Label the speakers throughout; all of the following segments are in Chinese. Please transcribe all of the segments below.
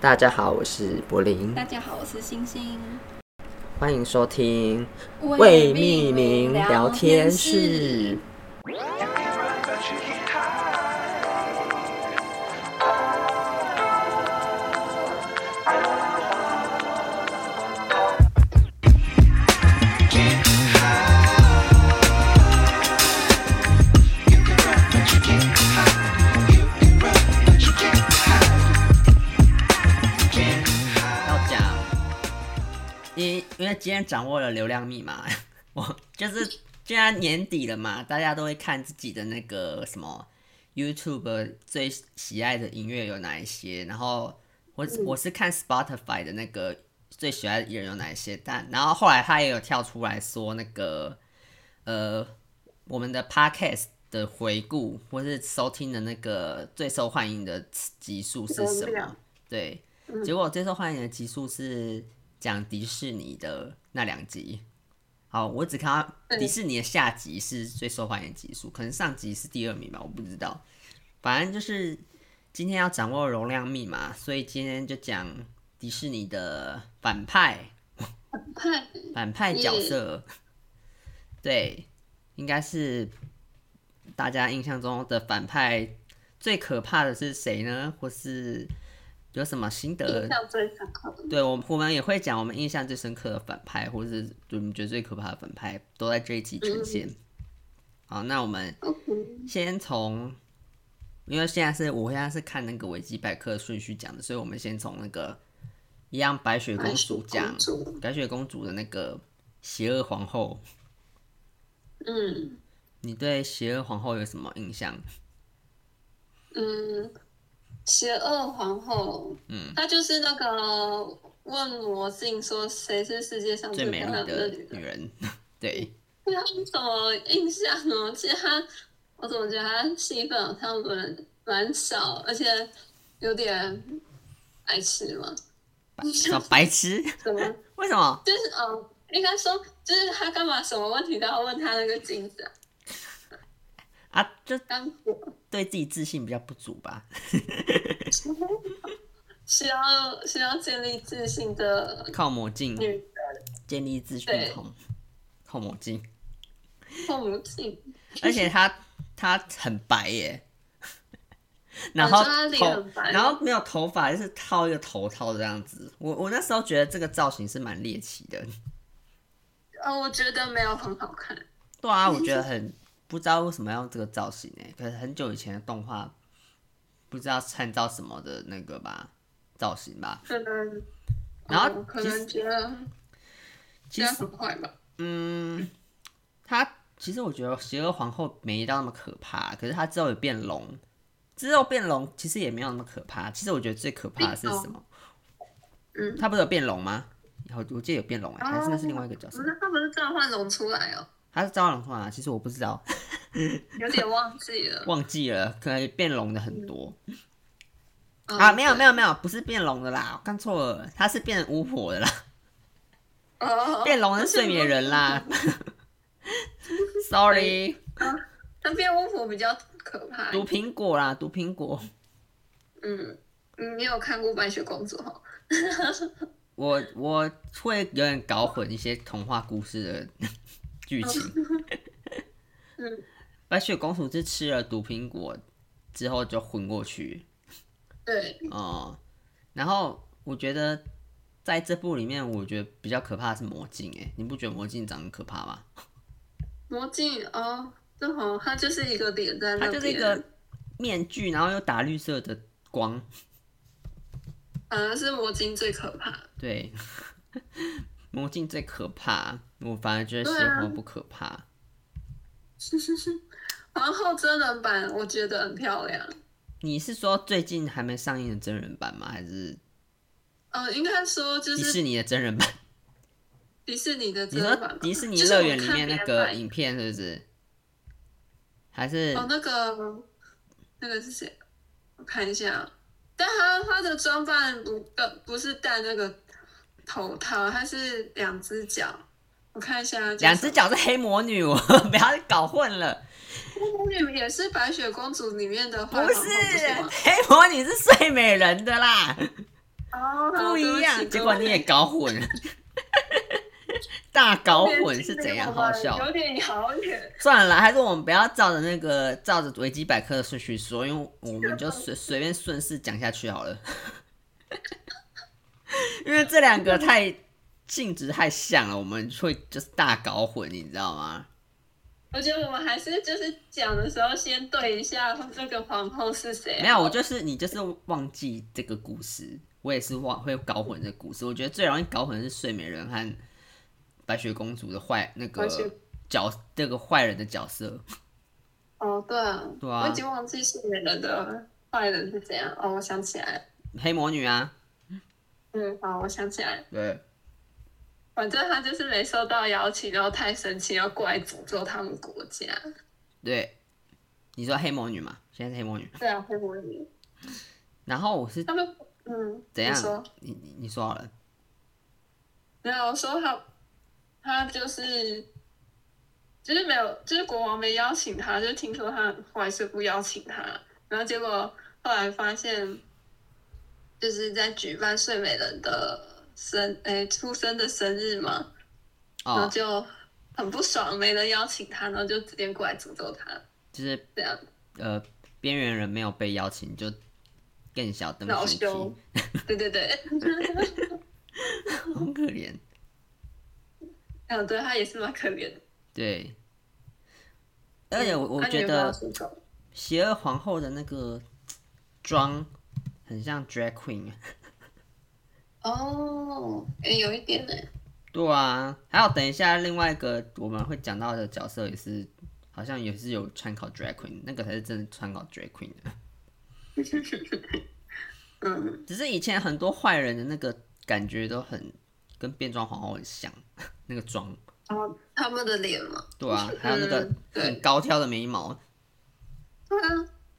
Speaker 1: 大家好，我是柏林，
Speaker 2: 大家好，我是星星。
Speaker 1: 欢迎收听未命名聊天室。要讲，因因为今天掌握了流量密码， 我就是现在年底了嘛，大家都会看自己的那个什么 YouTube 最喜爱的音乐有哪一些，然后我
Speaker 2: 嗯
Speaker 1: 我是看 Spotify 的那个最喜爱的艺人有哪一些，但然后后来他也有跳出来说那个呃我们的 Podcast 的回顾或是收听的那个最受欢迎的集数是什
Speaker 2: 流
Speaker 1: 么
Speaker 2: 量？嗯
Speaker 1: 对，结果最受欢迎的集数是讲迪士尼的那两集。好，我只看到
Speaker 2: 对
Speaker 1: 迪士尼的下集是最受欢迎的集数，可能上集是第二名吧，我不知道。反正就是今天要掌握容量密码，所以今天就讲迪士尼的反派
Speaker 2: 看
Speaker 1: 反派角色。对，应该是大家印象中的反派最可怕的是谁呢？或是有什么心得
Speaker 2: 印？象最深刻的，
Speaker 1: 对，我们我们也会讲我们印象最深刻的反派，或者是我们觉得最可怕的反派，都在这一集
Speaker 2: 嗯
Speaker 1: 呈现。好，那我们先从，因为现在是我现在是看那个维基百科顺序讲的，所以我们先从那个一样白
Speaker 2: 嗯
Speaker 1: 雪公主讲
Speaker 2: 白雪公主
Speaker 1: 白雪公主的那个邪恶皇后，
Speaker 2: 嗯
Speaker 1: 你对邪恶皇后有什么印象？
Speaker 2: 嗯，邪恶皇后，
Speaker 1: 嗯，
Speaker 2: 她就是那个问魔镜说谁是世界上
Speaker 1: 最美
Speaker 2: 漂
Speaker 1: 丽
Speaker 2: 亮
Speaker 1: 的
Speaker 2: 女
Speaker 1: 女
Speaker 2: 人？
Speaker 1: 人， 对，
Speaker 2: 哦对啊，你怎么印象哦？其实她，我怎么觉得她戏份好像蛮蛮少，而且有点白痴嘛？
Speaker 1: 什么白痴？
Speaker 2: 怎么？
Speaker 1: 为什么？
Speaker 2: 就是嗯，应该说就是她干嘛什么问题都要问她那个镜子啊？
Speaker 1: 啊，就
Speaker 2: 当
Speaker 1: 对自己自信比较不足吧？
Speaker 2: 需要需要建立自信的
Speaker 1: 靠魔镜
Speaker 2: 女
Speaker 1: 建立自信
Speaker 2: 对
Speaker 1: 统，靠魔镜，
Speaker 2: 父母亲，
Speaker 1: 而且他他很白耶，然后
Speaker 2: 我觉得他脸
Speaker 1: 头
Speaker 2: 很白
Speaker 1: 然后没有头发，就是套一个头套这样子。我我那时候觉得这个造型是蛮猎奇的，
Speaker 2: 呃，我觉得没有很好看。
Speaker 1: 对啊，我觉得很不知道为什么要用这个造型哎，可是很久以前的动画不知道参照什么的那个吧造型吧。
Speaker 2: 可能，
Speaker 1: 然后
Speaker 2: 嗯可
Speaker 1: 其实
Speaker 2: 能觉得
Speaker 1: 其
Speaker 2: 觉得
Speaker 1: 实
Speaker 2: 很坏吧。
Speaker 1: 嗯，她其实我觉得邪恶皇后没到那么可怕，可是她之后也变龙，之后变龙其实也没有那么可怕。其实我觉得最可怕的是什么？
Speaker 2: 嗯
Speaker 1: 她不是有变龙吗？我我记得有变龙哎、还是那是另外一个角
Speaker 2: 不
Speaker 1: 色？
Speaker 2: 是他不是召唤龙出来哦，
Speaker 1: 她是召唤龙出来啊吗？其实我不知道，
Speaker 2: 有 点忘记了。
Speaker 1: 忘记了，可能变龙的很多、
Speaker 2: 嗯
Speaker 1: 啊。没有没有没有，不是变龙的啦，我看错了，她是变巫婆的啦。
Speaker 2: 哦，
Speaker 1: 变龙是睡美人 啦。Sorry，
Speaker 2: 但变巫婆比较可怕。
Speaker 1: 毒苹果啦，毒苹果。
Speaker 2: 嗯，嗯你有看过《白雪公主》哈？
Speaker 1: 我我会有点搞混一些童话故事的剧 情。
Speaker 2: 嗯
Speaker 1: 白雪公主是吃了毒苹果之后就昏过去，
Speaker 2: 对，
Speaker 1: 哦、然后我觉得在这部里面，我觉得比较可怕的是魔镜，哎，你不觉得魔镜长得很可怕吗？
Speaker 2: 魔镜哦，对哦，它就是一个脸在那
Speaker 1: 它就
Speaker 2: 边，
Speaker 1: 是一个面具，然后又打绿色的光，
Speaker 2: 反而呃是魔镜最可怕。
Speaker 1: 对， 魔镜最可怕，我反而觉得
Speaker 2: 对啊
Speaker 1: 邪皇不可怕。
Speaker 2: 然后真人版我觉得很漂亮，
Speaker 1: 你是说最近还没上映的真人版吗？还是
Speaker 2: 嗯，应该说就
Speaker 1: 迪
Speaker 2: 是
Speaker 1: 士尼的真人版？
Speaker 2: 迪士尼的
Speaker 1: 你
Speaker 2: 真
Speaker 1: 说
Speaker 2: 人版吧，
Speaker 1: 迪士尼
Speaker 2: 就是
Speaker 1: 乐
Speaker 2: 我
Speaker 1: 园里
Speaker 2: 看
Speaker 1: 面那
Speaker 2: 别人
Speaker 1: 个
Speaker 2: 版
Speaker 1: 影片是不是？还是
Speaker 2: 哦，那个那个是谁？我看一下，但他他的装扮不呃不是戴那个头套，他是两只脚。我看一下它叫什么，
Speaker 1: 两只脚是黑魔女？我 不要搞混了，
Speaker 2: 魔女也是白雪公主里面的坏
Speaker 1: 不
Speaker 2: 皇后，
Speaker 1: 是
Speaker 2: 不是吗？
Speaker 1: 黑魔女是睡美人的啦。
Speaker 2: 哦，好
Speaker 1: 不一样。结果你也搞混了， 大搞混是怎样？好笑。哦
Speaker 2: 有点遥远。
Speaker 1: 算了，还是我们不要照着那个照着维基百科的顺序说，因为我们就随随便顺势讲下去好了。 因为这两个太性质太像了，我们会就是大搞混，你知道吗？
Speaker 2: 我觉得我们还是就是讲的时候先对一下这个皇后是谁、啊。
Speaker 1: 没有，我就是你就是忘记这个故事，我也是忘会搞混这个故事。我觉得最容易搞混的是睡美人和白雪公主的坏那
Speaker 2: 白雪
Speaker 1: 个角，这个坏人的角色。
Speaker 2: 哦，对啊，
Speaker 1: 对啊
Speaker 2: 我已经忘记是美人的坏人是怎样。哦，我想起来了。
Speaker 1: 黑魔女啊，
Speaker 2: 嗯，好，我想起来了。
Speaker 1: 对，
Speaker 2: 反正他就是没受到邀请，然后太生气，要过来诅咒他们国家。
Speaker 1: 对，你说黑魔女嘛，现在是黑魔女。
Speaker 2: 对啊，会不会？
Speaker 1: 然后我是
Speaker 2: 他们嗯，
Speaker 1: 怎
Speaker 2: 你说
Speaker 1: 样？你你你说好了，
Speaker 2: 没有，我说他他就是就是没有，就是国王没邀请他，就听说他很坏，所以不邀请他。然后结果后来发现，就是在举办睡美人的生诶出生的生日嘛，然后
Speaker 1: 哦，
Speaker 2: 就很不爽，没人邀请他，然后就直接过来诅咒他，
Speaker 1: 就是
Speaker 2: 这样
Speaker 1: 呃，边缘人没有被邀请，就更小登
Speaker 2: 恼
Speaker 1: 阶梯，
Speaker 2: 羞。对对对，
Speaker 1: 好可怜。
Speaker 2: 嗯，对他也是蛮可怜的。
Speaker 1: 对，
Speaker 2: 嗯
Speaker 1: 而且我我
Speaker 2: 他
Speaker 1: 觉
Speaker 2: 女朋友
Speaker 1: 得
Speaker 2: 出走
Speaker 1: 邪恶皇后的那个妆很像 drag queen。啊
Speaker 2: 哦，诶有一点呢。
Speaker 1: 对啊，还有等一下另外一个我们会讲到的角色也是，好像也是有参考 drag queen，那个才是真的参考 drag queen 啊的。
Speaker 2: 嗯，
Speaker 1: 只是以前很多坏人的那个感觉都很跟变装皇后很像， 那个妆。
Speaker 2: 然后哦他们的脸嘛，
Speaker 1: 对啊，还有那个
Speaker 2: 嗯 对
Speaker 1: 很高挑的眉毛。
Speaker 2: 对啊，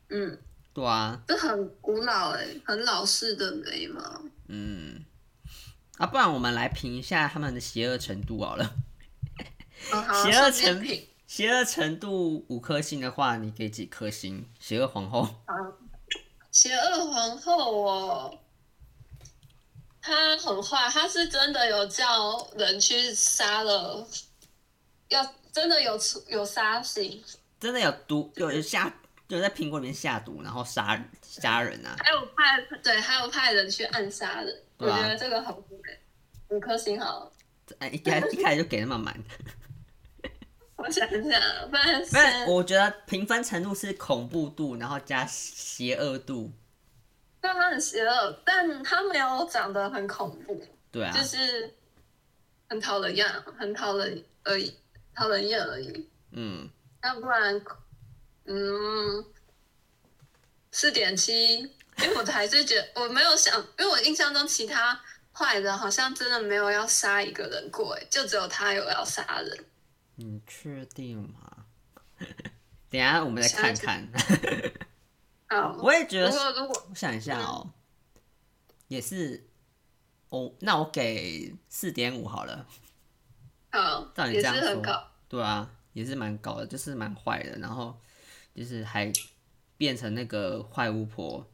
Speaker 2: 嗯，
Speaker 1: 对啊，
Speaker 2: 这很古老哎、很老式的眉毛。
Speaker 1: 嗯，啊，不然我们来评一下他们的邪恶程度好了。
Speaker 2: 哦，好，
Speaker 1: 邪恶
Speaker 2: 成
Speaker 1: 程邪恶程度五颗星的话，你给几颗星？邪恶皇后，
Speaker 2: 邪恶皇后哦，她很坏，她是真的有叫人去杀了，要真的有出有杀心。
Speaker 1: 真的有毒，有有下有在苹果里面下毒，然后杀人杀人啊！
Speaker 2: 还有派对，还有派人去暗杀人，
Speaker 1: 对啊
Speaker 2: 我觉得这个很不美，五颗星好了。
Speaker 1: 哎，一 开一开始就给那么满，
Speaker 2: 我想一下，不然
Speaker 1: 不是？
Speaker 2: 是，啊
Speaker 1: 我觉得评分程度是恐怖度，然后加邪恶度，
Speaker 2: 那他很邪恶，但他没有长得很恐怖，
Speaker 1: 对啊
Speaker 2: 就，是很讨人厌，很讨人而已，讨人厌而已。
Speaker 1: 嗯，
Speaker 2: 要不然，嗯，四点七，因为我还是觉得我没有想，因为我印象中其他坏人好像真的没有要杀一个人过，哎，就只有他有要杀人。
Speaker 1: 你确定吗？ 等一下我们再看看。
Speaker 2: 好，
Speaker 1: 我也觉得
Speaker 2: 如
Speaker 1: 是，
Speaker 2: 果如果
Speaker 1: 我想一下哦，也是，哦，那我给四点五好了。
Speaker 2: 好
Speaker 1: 照，你
Speaker 2: 也
Speaker 1: 这
Speaker 2: 是
Speaker 1: 样
Speaker 2: 很
Speaker 1: 说
Speaker 2: 高，
Speaker 1: 对啊，也是蛮搞的，就是蛮坏的，然后就是还变成那个坏巫婆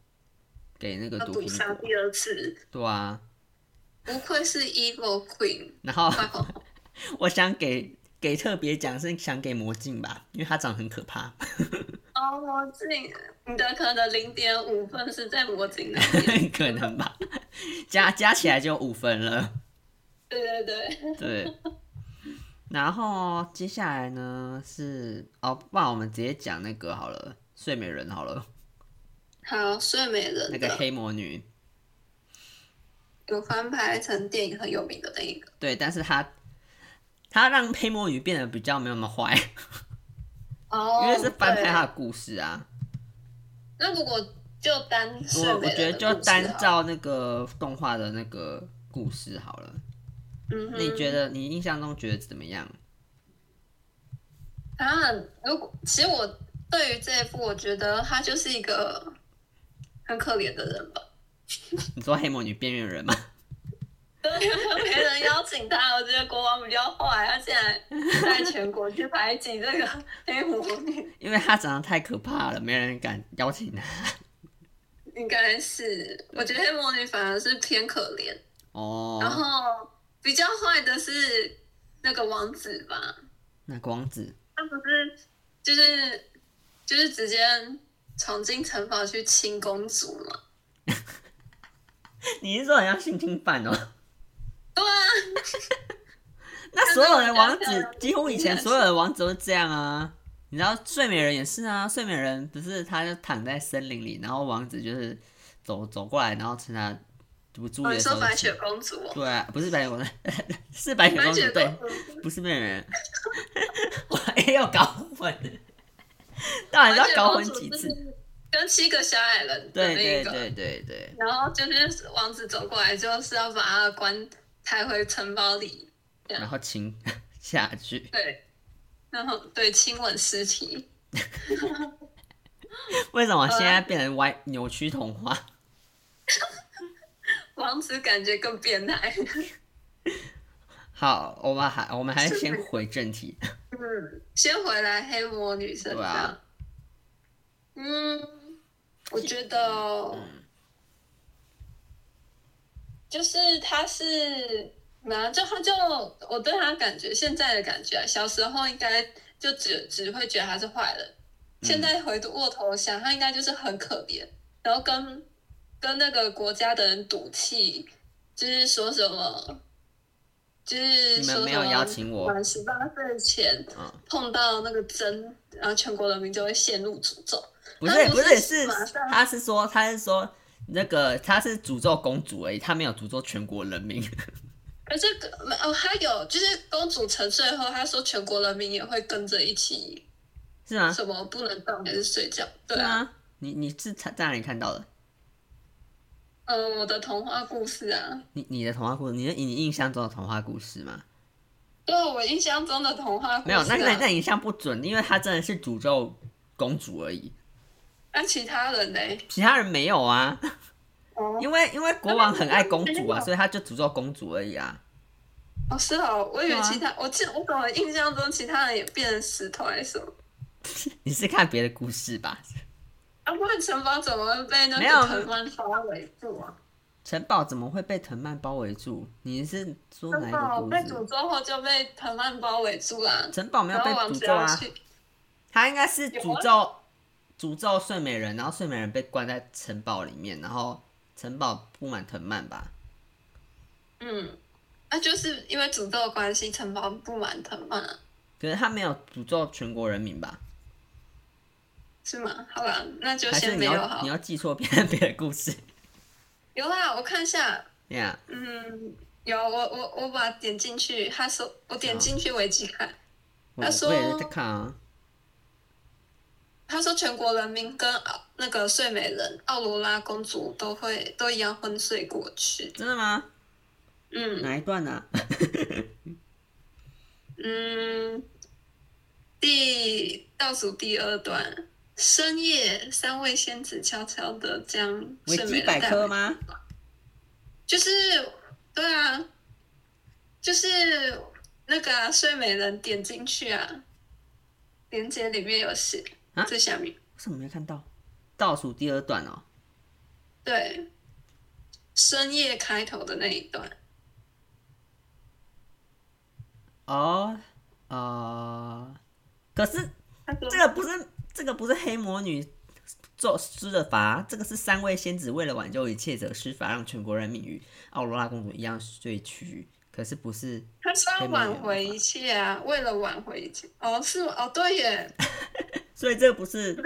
Speaker 1: 给那个
Speaker 2: 他
Speaker 1: 毒
Speaker 2: 补
Speaker 1: 苹
Speaker 2: 杀
Speaker 1: 果，
Speaker 2: 第二次，
Speaker 1: 对啊，
Speaker 2: 不愧是 evil queen，
Speaker 1: 然 后
Speaker 2: 坏皇后。
Speaker 1: 我想给给特别奖是想给魔镜吧，因为她长得很可怕，
Speaker 2: 哦，魔镜，你的可能零点五分是在魔镜那边。
Speaker 1: 可能吧，加加起来就五分了，
Speaker 2: 对对对，
Speaker 1: 对。然后接下来呢是哦，不然我们直接讲那个好了，睡美人好了，
Speaker 2: 好，睡美人
Speaker 1: 那
Speaker 2: 的
Speaker 1: 个黑魔女，
Speaker 2: 有翻拍成电影很有名的那一个。
Speaker 1: 对，但是她她让黑魔女变得比较没有那么坏。
Speaker 2: 哦
Speaker 1: 因为是翻拍
Speaker 2: 对
Speaker 1: 他的故事啊。
Speaker 2: 那如果就单睡
Speaker 1: 我我
Speaker 2: 美
Speaker 1: 觉得
Speaker 2: 人的
Speaker 1: 就
Speaker 2: 故事啊
Speaker 1: 单
Speaker 2: 好
Speaker 1: 照那个动画的那个故事好了。
Speaker 2: 嗯
Speaker 1: 那
Speaker 2: 哼，
Speaker 1: 你觉得你印象中觉得怎么样？
Speaker 2: 啊？如果其实我对于这一部，我觉得他就是一个很可怜的人吧。
Speaker 1: 你说黑魔女边缘人吗？
Speaker 2: 对，没人邀请他，我觉得国王比较坏，他竟然在全国去排挤这个黑魔女。
Speaker 1: 因为她长得太可怕了，没人敢邀请她。
Speaker 2: 应该是，我觉得黑魔女反而是偏可怜，然
Speaker 1: 哦，
Speaker 2: 后比较坏的是那个王子吧，
Speaker 1: 那光子
Speaker 2: 他不是就是就是直接闯进城堡去亲公主嘛？
Speaker 1: 你是说很像性侵犯哦？
Speaker 2: 对啊，
Speaker 1: 那所有的王子，几乎以前所有的王子都是这样啊。你知道睡美人也是啊，睡美人不是她就躺在森林里，然后王子就是走走过来，然后趁她不注
Speaker 2: 哦
Speaker 1: 意
Speaker 2: 你
Speaker 1: 的时
Speaker 2: 说
Speaker 1: 候
Speaker 2: 白
Speaker 1: 亲，
Speaker 2: 雪公主、哦，
Speaker 1: 对啊，不是白雪 公主，是 白雪
Speaker 2: 白
Speaker 1: 公
Speaker 2: 雪
Speaker 1: 主，对，
Speaker 2: 公主，
Speaker 1: 不是美人，我也有搞混，到底
Speaker 2: 白
Speaker 1: 要
Speaker 2: 雪
Speaker 1: 搞
Speaker 2: 公
Speaker 1: 混
Speaker 2: 主
Speaker 1: 几
Speaker 2: 就
Speaker 1: 次？
Speaker 2: 是跟七个小矮人的
Speaker 1: 对
Speaker 2: 那
Speaker 1: 对
Speaker 2: 个，
Speaker 1: 对对对，
Speaker 2: 然后就是王子走过来，就是要把他的棺抬回城堡里，对
Speaker 1: 然后亲 下去，
Speaker 2: 对，然后对亲吻尸体，
Speaker 1: 为什么现在
Speaker 2: 啊
Speaker 1: 变成歪扭曲童话？
Speaker 2: 王子感觉更变态。
Speaker 1: 好，我们还我们还是先回正题，
Speaker 2: 嗯，先回来黑魔女身
Speaker 1: 对
Speaker 2: 上。
Speaker 1: 啊
Speaker 2: 嗯，我觉得
Speaker 1: 嗯
Speaker 2: 就是她是，嘛，就她就我对她感觉现在的感觉、啊，小时候应该就只只会觉得她是坏人，
Speaker 1: 嗯
Speaker 2: 现在回过头想，她应该就是很可怜，然后跟跟那个国家的人赌气，就是说什么。就是
Speaker 1: 你
Speaker 2: 说什
Speaker 1: 们
Speaker 2: 么
Speaker 1: 没有邀请我，
Speaker 2: 满十八岁前
Speaker 1: 嗯，
Speaker 2: 碰到那个针，然后全国人民就会陷入诅咒。
Speaker 1: 不是
Speaker 2: 他
Speaker 1: 不
Speaker 2: 不
Speaker 1: 是
Speaker 2: 是
Speaker 1: 是
Speaker 2: 马上，
Speaker 1: 他是说他是说那个他是诅咒公主而已，他没有诅咒全国人民，
Speaker 2: 而这个哦，还有就是公主沉睡后，她说全国人民也会跟着一起，
Speaker 1: 是吗？
Speaker 2: 什么不能动还是睡觉。对
Speaker 1: 是
Speaker 2: 啊，
Speaker 1: 吗？你你是在在哪里看到的？
Speaker 2: 嗯，我的童话故事啊，
Speaker 1: 你你的童话故事，你的你印象中的童话故事吗？
Speaker 2: 对啊我印象中的童话故
Speaker 1: 没
Speaker 2: 事、啊
Speaker 1: 有，、那那那影像不准，因为他真的是诅咒公主而已，
Speaker 2: 那其他人呢？
Speaker 1: 其他人没有啊。
Speaker 2: 哦，
Speaker 1: 因为因为国王很爱公主
Speaker 2: 没
Speaker 1: 啊，
Speaker 2: 有
Speaker 1: 所以他就诅咒公主而已啊。
Speaker 2: 哦是哦，我以
Speaker 1: 对
Speaker 2: 为
Speaker 1: 啊
Speaker 2: 其他，我记我怎么印象中其他人也变成石头还是什么？
Speaker 1: 你是看别的故事吧？
Speaker 2: 啊，不然城堡怎么会被那
Speaker 1: 没有
Speaker 2: 个藤蔓包围住啊？
Speaker 1: 城堡怎么会被藤蔓包围住？你是说哪
Speaker 2: 城
Speaker 1: 一
Speaker 2: 堡哦被
Speaker 1: 个故
Speaker 2: 诅
Speaker 1: 事？
Speaker 2: 咒后就被藤蔓包围住了，
Speaker 1: 城堡没有
Speaker 2: 然
Speaker 1: 被
Speaker 2: 后王
Speaker 1: 诅
Speaker 2: 子
Speaker 1: 咒
Speaker 2: 要
Speaker 1: 啊，
Speaker 2: 去，啊
Speaker 1: 他应该是诅咒诅咒睡美人，然后睡美人被关在城堡里面，然后城堡布满藤蔓吧？
Speaker 2: 嗯，那、就是因为诅咒的关系，城堡布满藤蔓啊，
Speaker 1: 可是他没有诅咒全国人民吧？
Speaker 2: 是吗？好吧，那就
Speaker 1: 还是
Speaker 2: 先
Speaker 1: 你
Speaker 2: 没有
Speaker 1: 要
Speaker 2: 好
Speaker 1: 你。要记错别的别的故事？
Speaker 2: 有啦，我看一下，
Speaker 1: 这样
Speaker 2: 嗯，有我我我把它点进去，他说我点进去维基看，
Speaker 1: 我
Speaker 2: 他说
Speaker 1: 我也是在看啊。
Speaker 2: 他说全国人民跟奥那个睡美人奥罗拉公主都会都一样昏睡过去，
Speaker 1: 真的吗？
Speaker 2: 嗯
Speaker 1: 哪一段啊呢、
Speaker 2: 嗯，第倒数第二段。深夜，三位仙子悄悄地将
Speaker 1: 维
Speaker 2: 睡美
Speaker 1: 基
Speaker 2: 人
Speaker 1: 百
Speaker 2: 带
Speaker 1: 科
Speaker 2: 回
Speaker 1: 吗？
Speaker 2: 就是对啊，就是那个啊、睡美人点进去啊，链接里面有写
Speaker 1: 啊
Speaker 2: 最下面
Speaker 1: 为什么没看到？倒数第二段哦。
Speaker 2: 对深夜开头的那一段，
Speaker 1: 啊哦，呃，可是
Speaker 2: 他说
Speaker 1: 这个不是这个不是黑魔女做施的法，这个是三位仙子为了挽救一切者施法，让全国人民与奥罗拉公主一样睡去。可是不是
Speaker 2: 他说要挽回一切啊，为了挽回一切哦是哦对耶，
Speaker 1: 所以这个不是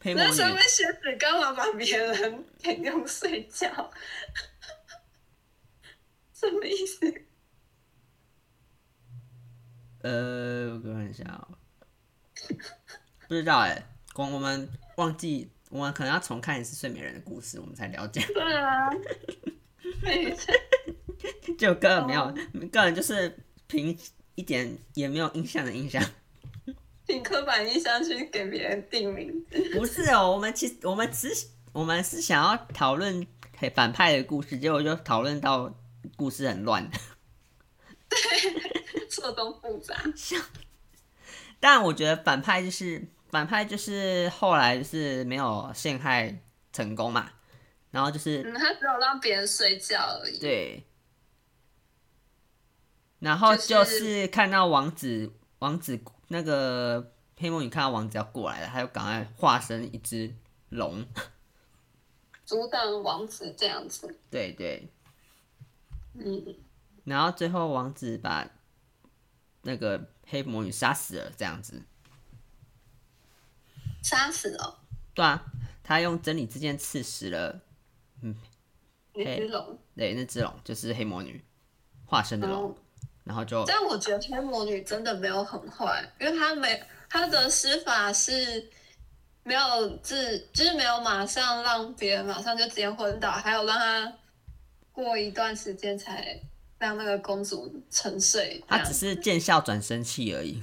Speaker 1: 黑魔
Speaker 2: 那三
Speaker 1: 女
Speaker 2: 位仙子干嘛把别人给弄睡觉？什么意思？
Speaker 1: 呃，我看一下哦、不知道哎、光我们忘记，我们可能要重看一次睡美人的故事，我们才了解。
Speaker 2: 对啊，哎
Speaker 1: 就根本没
Speaker 2: 哦
Speaker 1: 有，个人就是凭一点也没有印象的印象。
Speaker 2: 请刻板印象去给别人定名字。
Speaker 1: 不是哦，我们其实我们只是我们是想要讨论反派的故事，结果就讨论到故事很乱。
Speaker 2: 错综复杂。
Speaker 1: 但我觉得反派就是反派就是后来就是没有陷害成功嘛，然后就是
Speaker 2: 嗯，他只有让别人睡觉而已。，
Speaker 1: 对，然后就
Speaker 2: 就是
Speaker 1: 看到王子，王子那个黑魔女看到王子要过来了，她就赶快化身一只龙。
Speaker 2: 阻挡王子这样子。
Speaker 1: 对对，
Speaker 2: 嗯，
Speaker 1: 然后最后王子把那个黑魔女杀死了，这样子。
Speaker 2: 杀死哦，
Speaker 1: 对啊，他用真理之剑刺死了，
Speaker 2: 那只龙。
Speaker 1: 对，那只龙就是黑魔女化身的龙，
Speaker 2: 哦
Speaker 1: 然后就
Speaker 2: 但我觉得黑魔女真的没有很坏，因为她没她的施法是没有自，就是没有马上让别人马上就直接昏倒，还有让她过一段时间才让那个公主沉睡。这
Speaker 1: 他
Speaker 2: 样
Speaker 1: 只是见笑转生气而 已，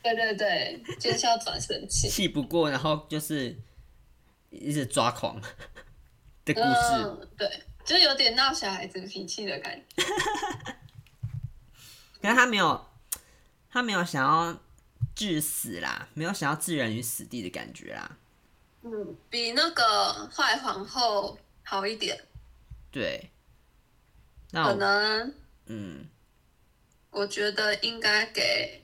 Speaker 2: 对对对，就是要转生气。
Speaker 1: 气不过，然后就是一直抓狂的 故事。
Speaker 2: 嗯，对，就是有点闹小孩子脾气的感觉。
Speaker 1: 可是他没有，他没有想要致死啦，没有想要置人于死地的感觉啦。
Speaker 2: 嗯，比那个坏皇后好一点，
Speaker 1: 对，那
Speaker 2: 可
Speaker 1: 我
Speaker 2: 能
Speaker 1: 嗯，
Speaker 2: 我觉得应该给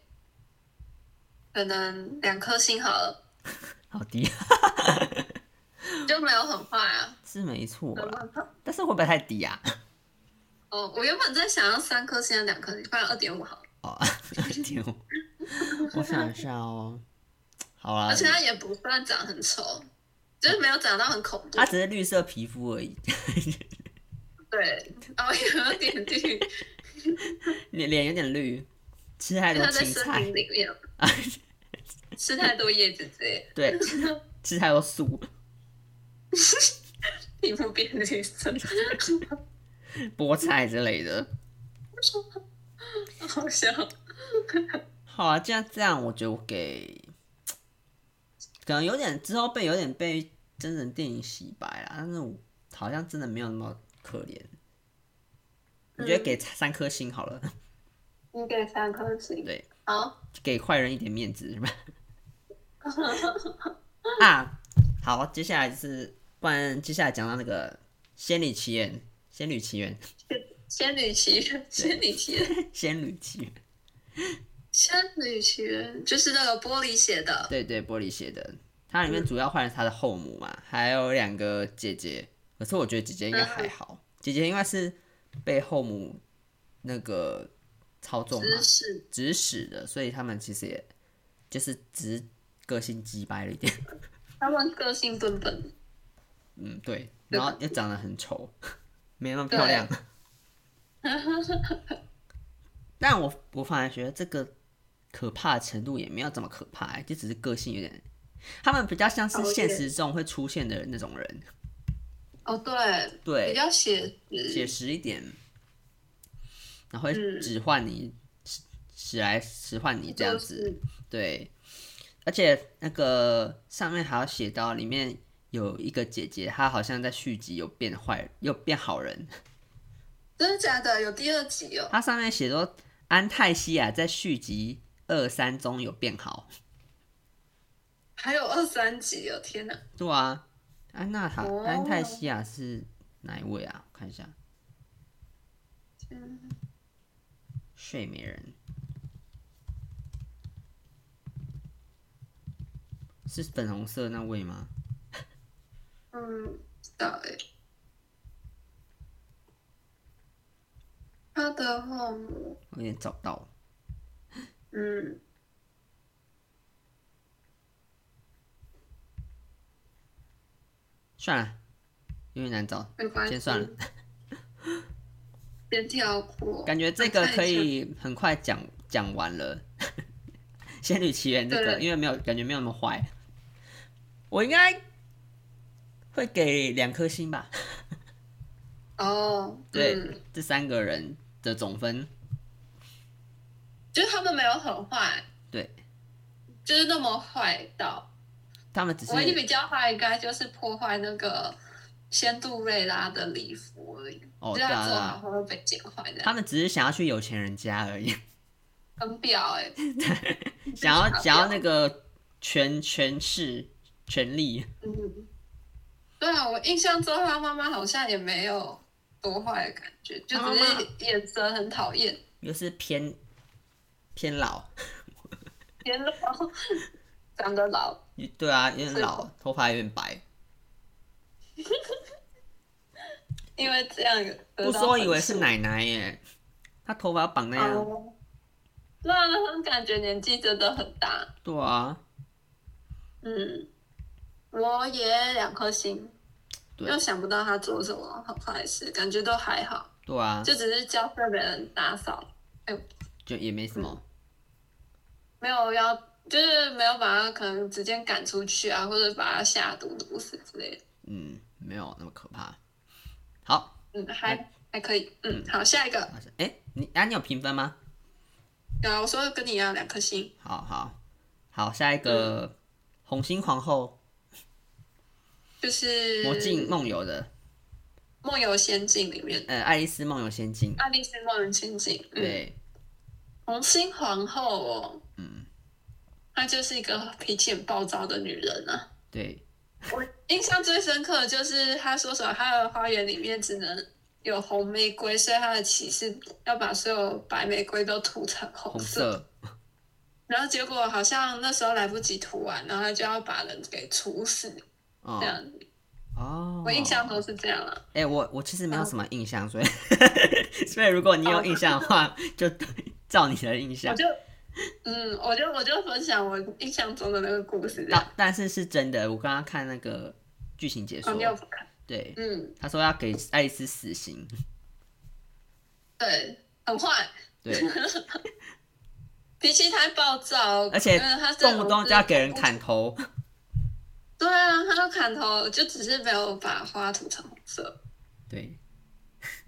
Speaker 2: 可能两颗星好了，
Speaker 1: 好低啊
Speaker 2: 就没有很坏啊。
Speaker 1: 是没错
Speaker 2: 没有
Speaker 1: 啦，
Speaker 2: 很坏
Speaker 1: 但是会不会太低啊？
Speaker 2: 哦，我原本在想要三颗星，两颗星，不然二点五好了。
Speaker 1: 哦， 丢！我想一下哦，好啦
Speaker 2: 而，且它也不算长很丑，就是没有长到很恐怖
Speaker 1: 它。只是绿色皮肤而已，
Speaker 2: 对，然后有点 绿，
Speaker 1: 脸脸有点绿，吃太
Speaker 2: 因为
Speaker 1: 多
Speaker 2: 它在
Speaker 1: 青
Speaker 2: 森
Speaker 1: 菜
Speaker 2: 林，里面，吃太多叶子之类，
Speaker 1: 对，吃太多素，
Speaker 2: 皮肤变绿色，
Speaker 1: 菠菜之类的。
Speaker 2: 好笑。
Speaker 1: 好啊，这样这样，我就给，可能有点之后被有点被真人电影洗白啦，但是我好像真的没有那么可怜。我觉得给三颗星好了，
Speaker 2: 你给三颗星，
Speaker 1: 对，
Speaker 2: 好，
Speaker 1: 给坏人一点面子是吧？啊，好，接下来就是，不然接下来讲到那个《仙女奇缘》，《仙女奇缘》，
Speaker 2: 仙女奇缘，仙女奇缘，
Speaker 1: 《仙女奇缘》，
Speaker 2: 仙女奇缘就是那个玻璃写的，
Speaker 1: 对对，玻璃写的，它里面主要换了她的后母嘛，还有两个姐姐，可是我觉得姐姐应该还好，姐姐应该是被后母那个操纵嘛
Speaker 2: 知，识
Speaker 1: 指使的，所以他们其实也就是只是个性鸡掰了一点，
Speaker 2: 他们个性笨笨，
Speaker 1: 嗯，对，然后又长得很丑， 没那么漂亮。 但我我反而觉得这个可怕的程度也没有这么可怕、就只是个性有点，他们比较像是
Speaker 2: 哦
Speaker 1: 现
Speaker 2: 对
Speaker 1: 实中会出现的那种人，
Speaker 2: 哦，对，比
Speaker 1: 对，
Speaker 2: 较写
Speaker 1: 写实
Speaker 2: 实，
Speaker 1: 一点，然后会
Speaker 2: 嗯
Speaker 1: 使唤你，使使来使唤你这样子，
Speaker 2: 就是
Speaker 1: 对，而且那个上面还要写到里面有一个姐姐，她好像在续集有变坏，又变好人。
Speaker 2: 真的假的？有第二集哦，
Speaker 1: 它上面写说安泰西亚在续集二三中有变好。
Speaker 2: 还有二三集哦，天哪！
Speaker 1: 对啊，安娜塔、
Speaker 2: 哦
Speaker 1: 安泰西亚是哪一位啊？我看一下，
Speaker 2: 嗯
Speaker 1: 睡美人是粉红色那位吗？
Speaker 2: 嗯，不知道哎。他的后母，
Speaker 1: 我有点找不到。
Speaker 2: 嗯，
Speaker 1: 算了，有点难找，
Speaker 2: 没关系，
Speaker 1: 先算了。
Speaker 2: 先跳过。
Speaker 1: 感觉这
Speaker 2: 啊
Speaker 1: 个可以很快讲讲完了，《 仙女奇缘》这个，
Speaker 2: 对
Speaker 1: 因为没有感觉没有那么坏，我应该会给两颗星吧。
Speaker 2: 哦，
Speaker 1: 对，
Speaker 2: 嗯
Speaker 1: 这三个人的总分，
Speaker 2: 就是他们没有很坏，
Speaker 1: 对
Speaker 2: 就是那么坏到。
Speaker 1: 他们只
Speaker 2: 唯一
Speaker 1: 是
Speaker 2: 比较坏，应该就是破坏那个仙杜瑞拉的礼服而已，
Speaker 1: 哦，
Speaker 2: 就
Speaker 1: 对
Speaker 2: 是
Speaker 1: 啊
Speaker 2: 他
Speaker 1: 对
Speaker 2: 做好
Speaker 1: 啊，
Speaker 2: 会被剪坏的，
Speaker 1: 他们只是想要去有钱人家而已，
Speaker 2: 很婊哎、
Speaker 1: 想要
Speaker 2: 傻婊
Speaker 1: 想要那个权权势权力，
Speaker 2: 嗯，对啊，我印象中他妈妈好像也没有多坏的感觉，就
Speaker 1: 他妈
Speaker 2: 只
Speaker 1: 妈
Speaker 2: 是眼神很讨厌。
Speaker 1: 又是偏偏老，
Speaker 2: 天老， 长得老，
Speaker 1: 对啊，有点
Speaker 2: 所以
Speaker 1: 老，头发有点白。
Speaker 2: 因为这样
Speaker 1: 不说以为是奶啊奶耶，她头发绑那
Speaker 2: 奶
Speaker 1: 样，
Speaker 2: 哦，啊那感觉年纪真的很大。
Speaker 1: 对啊，
Speaker 2: 嗯，我也两颗星，
Speaker 1: 对
Speaker 2: 又想不到他做什么好坏事，感觉都还好，
Speaker 1: 对啊，
Speaker 2: 就只是教别人打扫，
Speaker 1: 就也没什么，
Speaker 2: 没有要就是没有把他可能直接赶出去啊，或者把他下毒毒死之类的。
Speaker 1: 嗯，没有那么可怕。好，
Speaker 2: 嗯，
Speaker 1: 哎
Speaker 2: 还还可以。嗯，好，下一个。
Speaker 1: 好像哎、你啊，你有评分吗？
Speaker 2: 对啊，我说跟你一样两颗星。
Speaker 1: 好好好，下一个、
Speaker 2: 嗯
Speaker 1: 红心皇后
Speaker 2: 就是
Speaker 1: 《魔镜梦游》的，
Speaker 2: 梦游仙境里面，
Speaker 1: 呃，《爱丽丝梦游仙境》
Speaker 2: 爱丽丝梦游仙境，啊嗯，
Speaker 1: 对，
Speaker 2: 红心皇后哦，
Speaker 1: 嗯，
Speaker 2: 她就是一个脾气很暴躁的女人啊。
Speaker 1: 对，
Speaker 2: 我印象最深刻的就是她说什么，她的花园里面只能有红玫瑰，所以她的骑士要把所有白玫瑰都涂成红
Speaker 1: 红
Speaker 2: 色。
Speaker 1: 色，
Speaker 2: 然后结果好像那时候来不及涂完，然后她就要把人给处死，
Speaker 1: 哦
Speaker 2: 这样。
Speaker 1: 哦，
Speaker 2: 啊我印象中是这样啊。
Speaker 1: 哎、我我其实没有什么印象，所以 所以如果你有印象的话，就照你的印
Speaker 2: 哦我
Speaker 1: 象。
Speaker 2: 就，嗯，我就我就分享我印象中的那个故事这样。啊
Speaker 1: 但但是是真的，我刚刚看那个剧情解
Speaker 2: 哦，
Speaker 1: 说，
Speaker 2: 你有看？
Speaker 1: 对，
Speaker 2: 嗯，
Speaker 1: 他说要给爱丽丝死 刑，
Speaker 2: 对，很坏，
Speaker 1: 对，
Speaker 2: 脾气太暴躁，
Speaker 1: 而且
Speaker 2: 嗯他这
Speaker 1: 动
Speaker 2: 种
Speaker 1: 不动
Speaker 2: 是
Speaker 1: 就要给人。砍头，
Speaker 2: 对啊，他都砍头，就只是没有把花涂成红色，
Speaker 1: 对，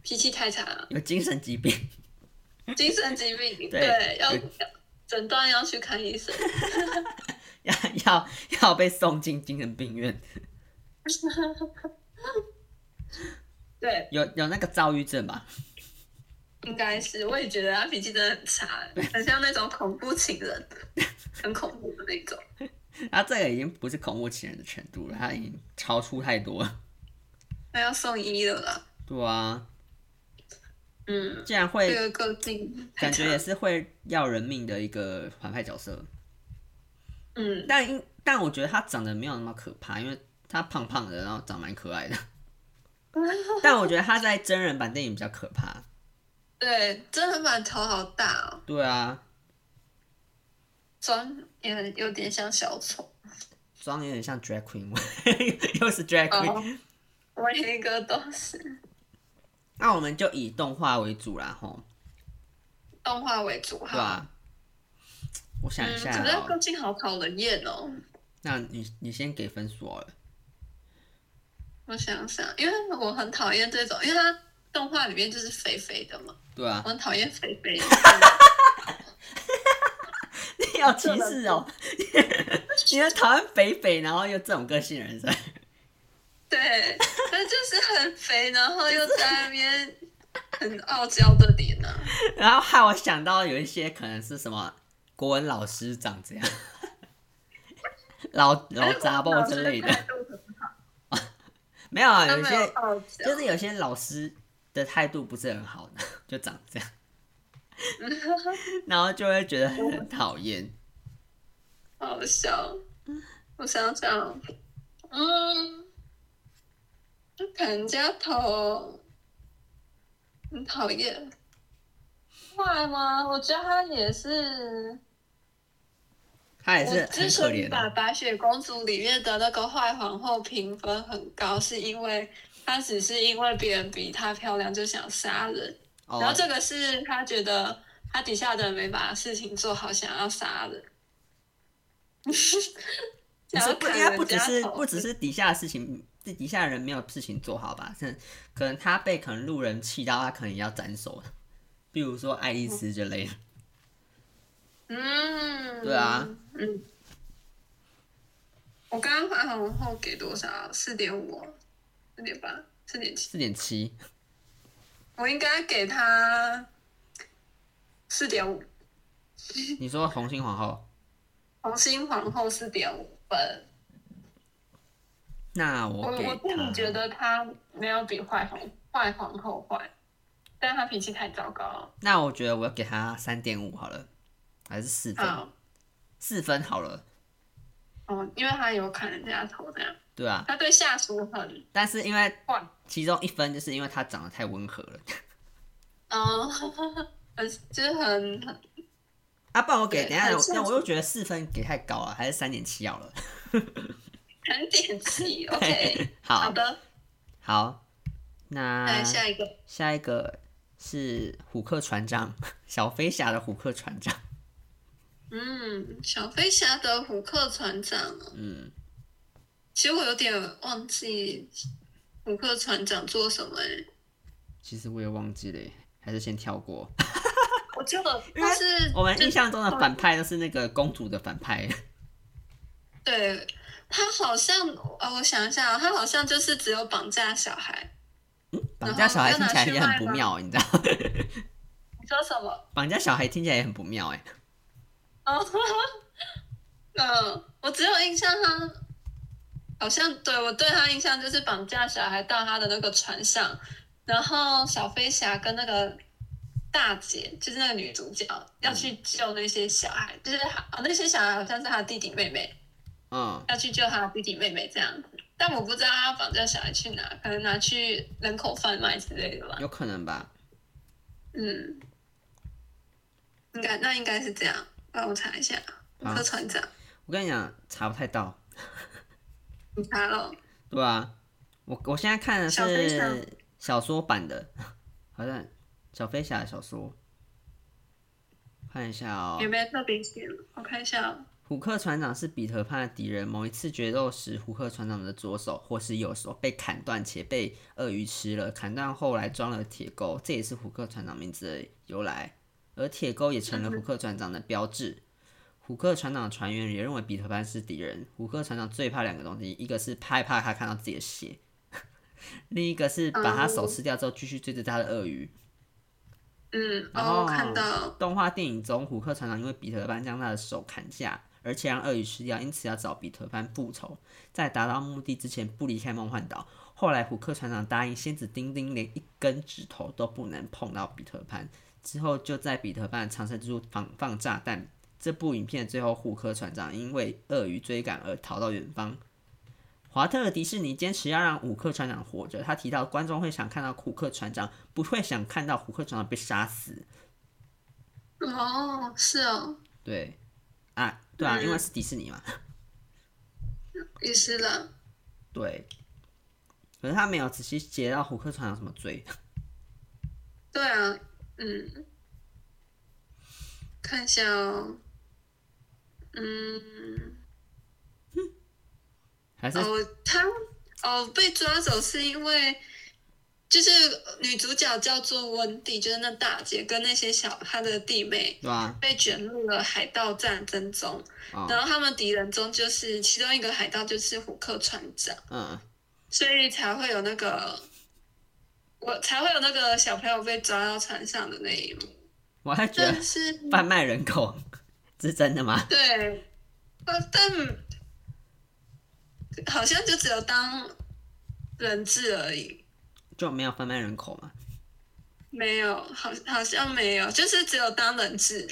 Speaker 2: 脾气太差了，
Speaker 1: 有精神疾病，
Speaker 2: 精神疾病，
Speaker 1: 嗯对
Speaker 2: 对，要
Speaker 1: 对
Speaker 2: 诊断要去看医生。
Speaker 1: 要要要被送进精神病院，
Speaker 2: 对，
Speaker 1: 有有那个躁郁症吧？
Speaker 2: 应该是，我也觉得他脾气真的很差， 很像那种恐怖情人，很恐怖的那种。
Speaker 1: 他啊这个已经不是恐怖情人的程度了，他已经超出太多了。
Speaker 2: 那要送医了啦。
Speaker 1: 对啊，
Speaker 2: 嗯，
Speaker 1: 竟然
Speaker 2: 这
Speaker 1: 会
Speaker 2: 个个性太
Speaker 1: 感
Speaker 2: 差
Speaker 1: 觉也是会要人命的一个反派角色，
Speaker 2: 嗯，
Speaker 1: 但因但我觉得他长得没有那么可怕，因为他胖胖的，然后长蛮可爱的。但我觉得他在真人版电影比较可怕。
Speaker 2: 对，真的蛮头好大哦，
Speaker 1: 对啊，
Speaker 2: 妆也有点像小丑。
Speaker 1: 妆有点像 drag queen，又是 drag queen。
Speaker 2: 哦，我一个都是
Speaker 1: 那我们就以动画为主啦，吼，
Speaker 2: 动画为主
Speaker 1: 对
Speaker 2: 哈。
Speaker 1: 吧、我想一
Speaker 2: 嗯，
Speaker 1: 下
Speaker 2: 可是
Speaker 1: 哦、
Speaker 2: 个性好讨人厌哦。
Speaker 1: 那你你先给分数好了。
Speaker 2: 我想想，因为我很讨厌这种，因为他动画里面就是肥肥的嘛，
Speaker 1: 对啊
Speaker 2: 我，很讨厌肥肥的。
Speaker 1: 你有歧视哦、 你在讨厌肥肥，然后又这种个性的人是吧？
Speaker 2: 对，他就是很肥，然后又在那边很傲娇的脸呢、啊。
Speaker 1: 然后害我想到有一些可能是什么国文老师长这样， 老老杂包之类的
Speaker 2: 但，是我哎老师态度很
Speaker 1: 没有啊，
Speaker 2: 他
Speaker 1: 有一
Speaker 2: 没有
Speaker 1: 些
Speaker 2: 傲娇，
Speaker 1: 就是有些老师的态度不是很好的， 就长这 样，然后就会觉得很讨厌。
Speaker 2: 好笑。我想想，嗯，砍人家头，很讨厌。坏吗？我觉得他也是，
Speaker 1: 他也是
Speaker 2: 我
Speaker 1: 很
Speaker 2: 之
Speaker 1: 可
Speaker 2: 所以
Speaker 1: 怜啊
Speaker 2: 把
Speaker 1: 的
Speaker 2: 《白雪公主》里面的那个坏皇后评分很高，是因为她只是因为别人比她漂亮就想杀人，
Speaker 1: 哦
Speaker 2: 然后这个是她觉得她底下的人没把事情做好，想要杀人。
Speaker 1: 你
Speaker 2: 想
Speaker 1: 是
Speaker 2: 要
Speaker 1: 不
Speaker 2: 砍
Speaker 1: 应该不
Speaker 2: 人
Speaker 1: 只
Speaker 2: 家
Speaker 1: 是
Speaker 2: 头
Speaker 1: 不只是底下的事情，这底下的人没有事情做好吧？是可能他被可能路人气到，他可能也要斩首了，比如说爱丽丝之类的。
Speaker 2: 嗯，
Speaker 1: 对啊，
Speaker 2: 嗯。我刚刚华航后给多少？四点五，哦四点八，四点七。
Speaker 1: 四点七，
Speaker 2: 我应该给他四点五，
Speaker 1: 你说红心皇后，
Speaker 2: 红心皇后四点五分。
Speaker 1: 那
Speaker 2: 我
Speaker 1: 我给
Speaker 2: 哦我自己觉
Speaker 1: 他，
Speaker 2: 得她没有比坏皇坏皇后坏，但她脾气太糟糕了。
Speaker 1: 那我觉得我要给他三点五好了，还是四分？
Speaker 2: 好，
Speaker 1: 四分好了，
Speaker 2: 哦，因为她有砍人家头这样，
Speaker 1: 对啊。
Speaker 2: 她对下属很
Speaker 1: 但是因为
Speaker 2: 坏。
Speaker 1: 其中一分，就是因为他长得太温和了。
Speaker 2: 哦， 很就是很很
Speaker 1: 啊，不然我给
Speaker 2: 对
Speaker 1: 等一下
Speaker 2: 很
Speaker 1: 我，
Speaker 2: 像
Speaker 1: 那
Speaker 2: 是
Speaker 1: 我又觉得四分给太高了，还是三点七好了。
Speaker 2: 很点题。OK，好
Speaker 1: 好
Speaker 2: 的，
Speaker 1: 好，那
Speaker 2: 来下一个，
Speaker 1: 下一个是虎克船长， 小飞侠的虎克船长。
Speaker 2: 嗯，小飞侠的虎克船长哦，
Speaker 1: 嗯，
Speaker 2: 其实我有点忘记虎克船长做什么欸
Speaker 1: 其实我也忘记了耶，还是先跳 过。
Speaker 2: 我记得他是
Speaker 1: 我们
Speaker 2: 就
Speaker 1: 印象中的反派都是那个公主的反 派。
Speaker 2: 对他好像啊、我想一下啊，他好像就是只有绑架小孩。
Speaker 1: 绑架小孩听起来也很不
Speaker 2: 啊
Speaker 1: 妙，你知道？
Speaker 2: 你说什么？
Speaker 1: 绑架小孩听起来也很不妙哎。
Speaker 2: 哦， 嗯，我只有印象他好像对我对他印象就是绑架小孩到他的那个船上，然后小飞侠跟那个大姐就是那个女主角要去
Speaker 1: 嗯
Speaker 2: 救那些小孩，就是啊那些小孩好像是他的弟弟妹妹，
Speaker 1: 嗯，
Speaker 2: 要去救他的弟弟妹妹这样子。但我不知道他绑架小孩去哪，可能拿去人口贩卖之类的吧。
Speaker 1: 有可能吧。
Speaker 2: 嗯，应该那应该是这样，让我查一下。
Speaker 1: 好
Speaker 2: 柯船长，
Speaker 1: 我跟你讲，查不太到。
Speaker 2: 你查了？
Speaker 1: 对啊，我我现在看的
Speaker 2: 小飞侠
Speaker 1: 是小说版的， 好像小飞侠的小说。看一下哦、
Speaker 2: 有没有特别写？我看一下哦。
Speaker 1: 虎克船长是彼得潘的敌人。某一次决斗时，虎克船长的左手或是右手被砍断，且被鳄鱼吃了。砍断后来装了铁钩，这也是虎克船长名字的由来。而铁钩也成了虎克船长的标志。虎克船长的船员也认为彼得潘是敌人。虎克船长最怕两个东西，一个是害怕他看到自己的血，另一个是把他手吃掉之后继续追着他的鳄鱼。
Speaker 2: 嗯，
Speaker 1: 然后
Speaker 2: 哦，我看到，
Speaker 1: 动画电影中，虎克船长因为彼得潘将他的手砍下，而且让鳄鱼吃掉，因此要找彼得潘复仇。在达到目的之前，不离开梦幻岛。后来，虎克船长答应仙子丁丁连一根指头都不能碰到彼得潘。之后，就在彼得潘的长生之路放放炸弹。这部影片最后，虎克船长因为鳄鱼追赶而逃到远方。华特迪士尼坚持要让虎克船长活着。他提到，观众会想看到虎克船长，不会想看到虎克船长被杀死。
Speaker 2: 哦，是哦，
Speaker 1: 对，啊，对啊，
Speaker 2: 嗯
Speaker 1: 因为是迪士尼嘛，
Speaker 2: 也是啦。
Speaker 1: 对。可是他没有仔细写到虎克船长怎么追，
Speaker 2: 对啊，嗯，看一下哦，嗯，
Speaker 1: 还是
Speaker 2: 哦，他哦被抓走是因为。就是女主角叫做温蒂，就是那大姐跟那些小她的弟妹
Speaker 1: 对啊，
Speaker 2: 被卷入了海盗战争中，
Speaker 1: 哦，
Speaker 2: 然后他们敌人中就是其中一个海盗就是虎克船长，
Speaker 1: 嗯，
Speaker 2: 所以才会有那个我才会有那个小朋友被抓到船上的那一幕。
Speaker 1: 我还觉
Speaker 2: 但
Speaker 1: 得
Speaker 2: 是
Speaker 1: 贩卖人口 这是真的吗？
Speaker 2: 对，呃，但好像就只有当人质而已，
Speaker 1: 就没有贩卖人口嘛？
Speaker 2: 没有，好好像没有，就是只有当人质，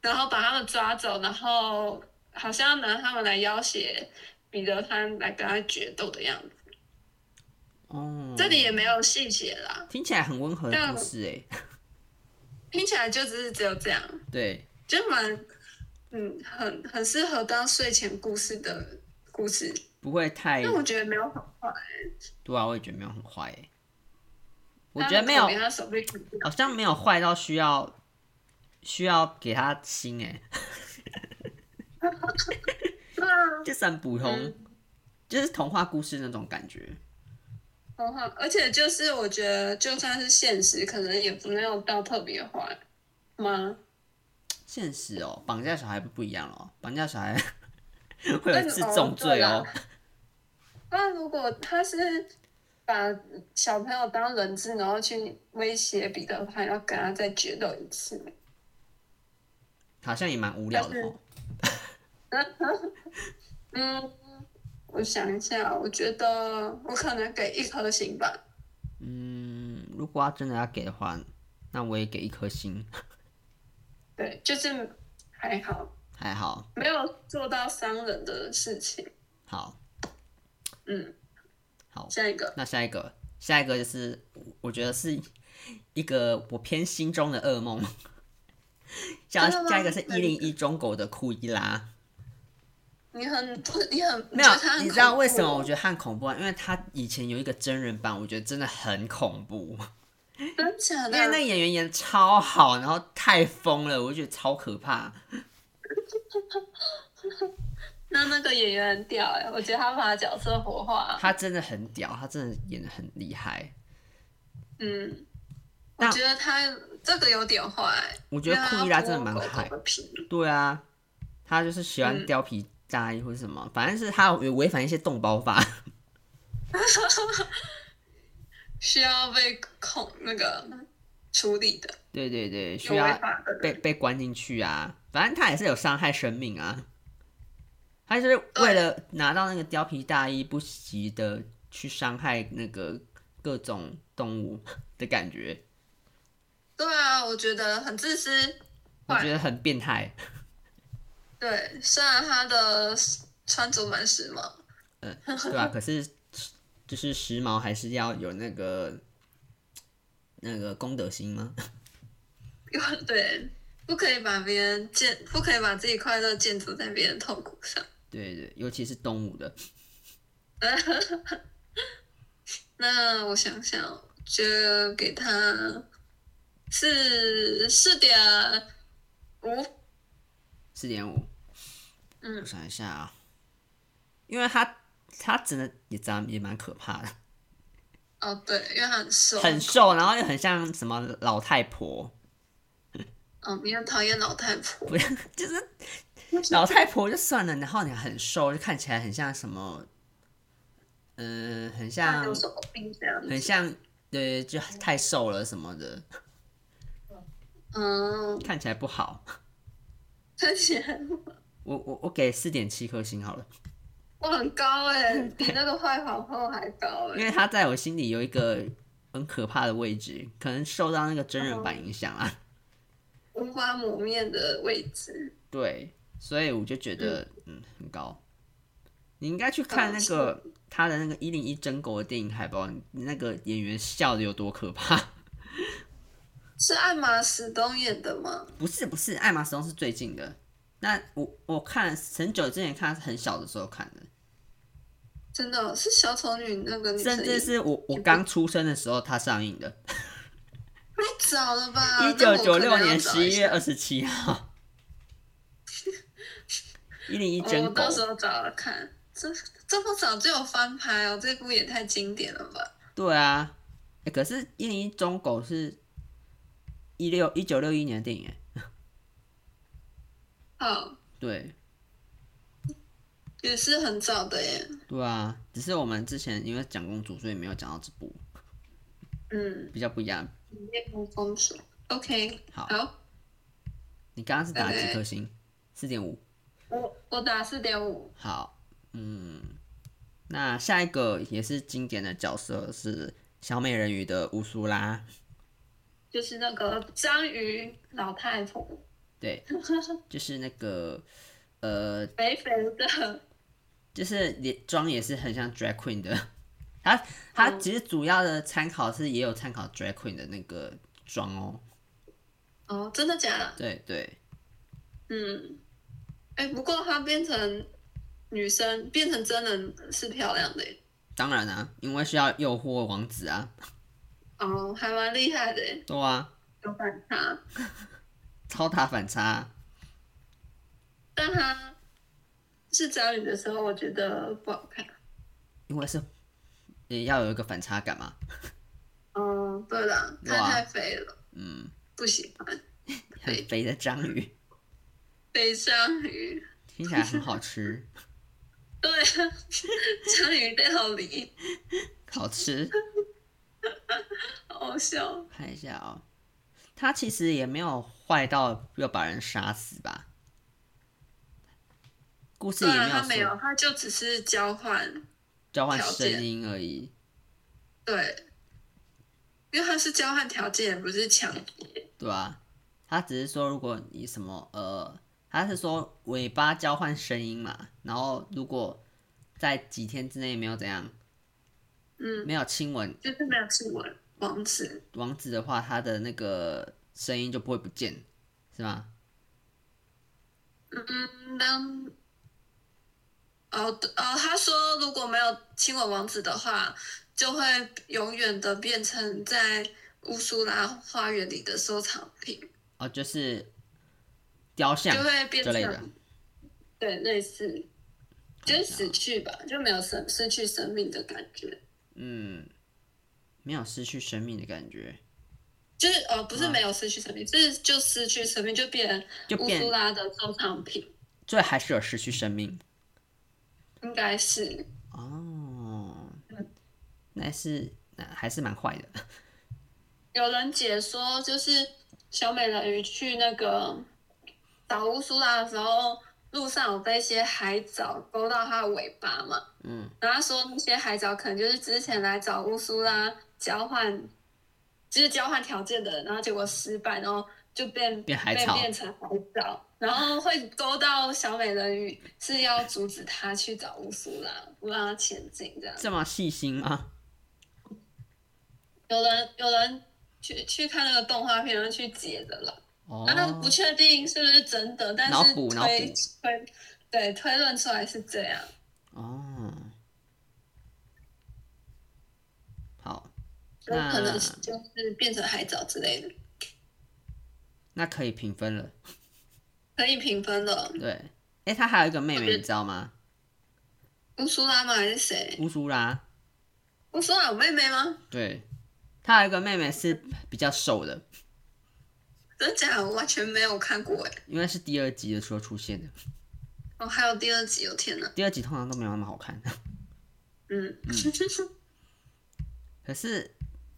Speaker 2: 然后把他们抓走，然后好像拿他们来要挟彼得潘来跟他决斗的样子。
Speaker 1: 哦，
Speaker 2: 这里也没有细节啦，
Speaker 1: 听起来很温和的故事哎，
Speaker 2: 听起来就只是只有这样，
Speaker 1: 对，
Speaker 2: 就蛮，嗯，很很适合当睡前故事的故事。
Speaker 1: 不会太，
Speaker 2: 但我觉得没有很坏，
Speaker 1: 对啊，我也觉得没有很坏哎，我
Speaker 2: 他
Speaker 1: 觉得
Speaker 2: 很
Speaker 1: 没
Speaker 2: 可
Speaker 1: 有，
Speaker 2: 怜他手被砍掉，
Speaker 1: 好像没有坏到需要需要给他心哎，
Speaker 2: 对啊，
Speaker 1: 就是很普通
Speaker 2: 嗯，
Speaker 1: 就是童话故事那种感觉，
Speaker 2: 很好。而且就是我觉得，就算是现实，可能也没有到特别坏吗？
Speaker 1: 现实哦，绑架小孩不一样哦，绑架 小孩 会有
Speaker 2: 但
Speaker 1: 自
Speaker 2: 哦
Speaker 1: 重罪哦。
Speaker 2: 那如果他是把小朋友当人质，然后去威胁彼得潘，要跟他再决斗一次，
Speaker 1: 好像也蛮无聊的
Speaker 2: 但
Speaker 1: 哦
Speaker 2: 是。嗯，我想一下，我觉得我可能给一颗星吧。
Speaker 1: 嗯，如果要真的要给的话，那我也给一颗星，
Speaker 2: 对，就是还好，
Speaker 1: 还好，
Speaker 2: 没有做到伤人的事情。
Speaker 1: 好，
Speaker 2: 嗯，
Speaker 1: 好，
Speaker 2: 下一个，
Speaker 1: 那下一个，下一个就是我觉得是一个我偏心中的噩 梦。下
Speaker 2: 真的吗
Speaker 1: 下一个是
Speaker 2: 哪
Speaker 1: 一
Speaker 2: 一
Speaker 1: 零一中国的库伊拉，
Speaker 2: 你很不，你很
Speaker 1: 没有
Speaker 2: 你觉得他，很
Speaker 1: 你知道为什么
Speaker 2: 恐
Speaker 1: 我
Speaker 2: 怖
Speaker 1: 觉得它很恐怖啊？因为它以前有一个真人版，我觉得真的很恐怖，
Speaker 2: 真假
Speaker 1: 因
Speaker 2: 的？
Speaker 1: 为那个演员演的超好，然后太疯了，我觉得超可怕。
Speaker 2: 那那个演员很屌哎、我觉得他把角色活化。啊
Speaker 1: 他真的很屌，他真的演的很厉害。
Speaker 2: 嗯，我
Speaker 1: 那
Speaker 2: 觉得他这个有点坏、
Speaker 1: 我觉得
Speaker 2: 啊
Speaker 1: 库伊拉真的蛮
Speaker 2: 因为他
Speaker 1: 嗨
Speaker 2: 剥狗狗的皮
Speaker 1: 对啊，他就是喜欢
Speaker 2: 嗯
Speaker 1: 貂皮大衣或者什么，反正是他有违反一些动保法。
Speaker 2: 需要被控那个处理的，
Speaker 1: 对对对，需
Speaker 2: 有违
Speaker 1: 要
Speaker 2: 法的
Speaker 1: 被被关进去啊。反正他也是有伤害生命啊，他就是为了拿到那个貂皮大衣，不惜的去伤害那个各种动物的感觉，
Speaker 2: 对啊，我觉得很自私。
Speaker 1: 我
Speaker 2: 坏
Speaker 1: 觉得很变态。
Speaker 2: 对，虽然他的穿着蛮时髦，
Speaker 1: 对吧、可是就是时髦还是要有那个那个公德心吗？
Speaker 2: 对，不可以把别人建，不可以把自己快乐建筑在别人痛苦上。
Speaker 1: 对对，尤其是动物的。
Speaker 2: 那我想想，我觉得给他是四点五，
Speaker 1: 四点五。
Speaker 2: 嗯
Speaker 1: 我想一下啊，因为他他真的也长得也蛮可怕的，
Speaker 2: 哦对，啊因为他很瘦，
Speaker 1: 很瘦，然后又很像什么老太婆，
Speaker 2: 哦，你很讨厌老太 婆，
Speaker 1: 不是就是老太婆就算了，然后你很瘦，就看起来很像什么，嗯、很
Speaker 2: 她
Speaker 1: 像
Speaker 2: 有手病这样子。
Speaker 1: 很像，对，就太瘦了什么的，
Speaker 2: 嗯，
Speaker 1: 看起来不好。
Speaker 2: 看起来
Speaker 1: 我我我给四点七颗星好了，
Speaker 2: 我很高哎、 比那个坏皇后还高哎、
Speaker 1: 因为他在我心里有一个很可怕的位置，可能受到那个真人版影响啊。
Speaker 2: 无法磨灭的位置。
Speaker 1: 对，所以我就觉得嗯很高。你应该去看那个他的那个一零一真狗的电影海报，你那个演员笑的有多可怕？
Speaker 2: 是艾玛史东演的吗？
Speaker 1: 不是不是，艾玛史东是最近的。那我我看很久之前看，是很小的时候看的，
Speaker 2: 真的哦是小丑女那个女生
Speaker 1: 甚至
Speaker 2: 演，
Speaker 1: 是我我刚出生的时候它上映的，
Speaker 2: 太早了吧？
Speaker 1: 一九九六年十一月二十七 号。一零一
Speaker 2: 哦那我可能
Speaker 1: 真狗
Speaker 2: 要找一下，我到，时候找来看。这这么早就有翻拍哦，这部也太经典了吧？
Speaker 1: 对啊，欸可是一零一中狗是一六一九六一年的电影欸，
Speaker 2: 好，
Speaker 1: 对
Speaker 2: 也是很早的耶。
Speaker 1: 对啊，只是我们之前因为讲公主，所以没有讲到这部，
Speaker 2: 嗯，
Speaker 1: 比较不一样。
Speaker 2: 夜幕公主。OK，
Speaker 1: 好
Speaker 2: 好，
Speaker 1: 你刚刚是打几
Speaker 2: 对
Speaker 1: 颗星？四点五。
Speaker 2: 我我打四点五。
Speaker 1: 好，嗯，那下一个也是经典的角色是小美人鱼的乌苏拉，
Speaker 2: 就是那个章鱼老太婆，
Speaker 1: 对，就是那个呃，
Speaker 2: 肥肥的，
Speaker 1: 就是脸妆也是很像 drag queen 的， 她她
Speaker 2: 嗯
Speaker 1: 其实主要的参考是也有参考 drag queen 的那个妆哦，
Speaker 2: 哦，真的假的？
Speaker 1: 对对
Speaker 2: 嗯，哎、不过她变成女生，变成真人是漂亮的耶，
Speaker 1: 当然啊，因为是要诱惑王子啊，
Speaker 2: 哦，还蛮厉害的耶，
Speaker 1: 对啊，
Speaker 2: 有反差。
Speaker 1: 超大反差啊，
Speaker 2: 但她是章鱼的时候，我觉得不好看。
Speaker 1: 因为是也要有一个反差感嘛，
Speaker 2: 哦，对啦，她
Speaker 1: 哇
Speaker 2: 太肥了，
Speaker 1: 嗯，
Speaker 2: 不喜欢。
Speaker 1: 很肥的章鱼，
Speaker 2: 肥章鱼，
Speaker 1: 听起来很好 吃，
Speaker 2: 对啊， 章鱼料理，
Speaker 1: 好吃，
Speaker 2: 好好笑。
Speaker 1: 看一下哦，他其实也没有坏到要把人杀死吧，故事
Speaker 2: 对
Speaker 1: 里
Speaker 2: 啊，他
Speaker 1: 没
Speaker 2: 没
Speaker 1: 有
Speaker 2: 有，
Speaker 1: 说
Speaker 2: 他就只是交换，
Speaker 1: 交换
Speaker 2: 条件
Speaker 1: 声音而已。
Speaker 2: 对，因为他是交换条件，不是抢劫。
Speaker 1: 对啊，他只是说如果你什么呃，他是说尾巴交换声音嘛，然后如果在几天之内没有怎样，
Speaker 2: 嗯，
Speaker 1: 没有亲吻
Speaker 2: 就是没有是我的王子，
Speaker 1: 王子的话，他的那个声音就不会不见，是吗？
Speaker 2: 嗯，当哦对哦，他说如果没有亲吻王子的话，就会永远的变成在乌苏拉花园里的收藏品，
Speaker 1: 哦，就是雕像
Speaker 2: 就会变
Speaker 1: 之类的
Speaker 2: 成，对类似，就是死去吧，就没有生失去生命的感觉，
Speaker 1: 嗯，没有失去生命的感觉，
Speaker 2: 就是呃不是
Speaker 1: 嗯
Speaker 2: 没有失去生命，是就失去生命就变
Speaker 1: 就
Speaker 2: 乌
Speaker 1: 变
Speaker 2: 苏拉的收藏品，
Speaker 1: 最还是有失去生命
Speaker 2: 应该是
Speaker 1: 哦。那是那还是蛮坏的，
Speaker 2: 有人解说，就是小美人鱼去那个找乌苏拉的时候，路上有被一些海藻勾到它的尾巴嘛，
Speaker 1: 嗯，
Speaker 2: 然后她说那些海藻可能就是之前来找乌苏拉交换，就是交换条件的人，然后结果失败，然后就变
Speaker 1: 变海草
Speaker 2: 被变成海藻，然后会勾到小美人鱼，是要阻止她去找乌苏拉，不让她前进这样。
Speaker 1: 这么细心吗？
Speaker 2: 有人有人去去看那个动画片，然后去解的了。
Speaker 1: 哦，
Speaker 2: 然啊后不确定是不是真的，但
Speaker 1: 脑
Speaker 2: 是
Speaker 1: 补
Speaker 2: 推
Speaker 1: 脑补
Speaker 2: 推对推论出来是这样。
Speaker 1: 哦，好，
Speaker 2: 有
Speaker 1: 那
Speaker 2: 可能是就是变成海藻之类的，
Speaker 1: 那可以评分了。
Speaker 2: 可以评分的。
Speaker 1: 对，哎、他还有一个妹妹，
Speaker 2: 对
Speaker 1: 你知道吗？
Speaker 2: 乌苏拉吗？还是谁？
Speaker 1: 乌苏拉。
Speaker 2: 乌苏拉有妹妹吗？
Speaker 1: 对，他还有一个妹妹是比较瘦的，
Speaker 2: 真假的？我完全没有看过哎。
Speaker 1: 因为是第二集的时候出现的。
Speaker 2: 哦，还有第二集，哦天哪！
Speaker 1: 第二集通常都没有那么好看，
Speaker 2: 嗯，
Speaker 1: 可是，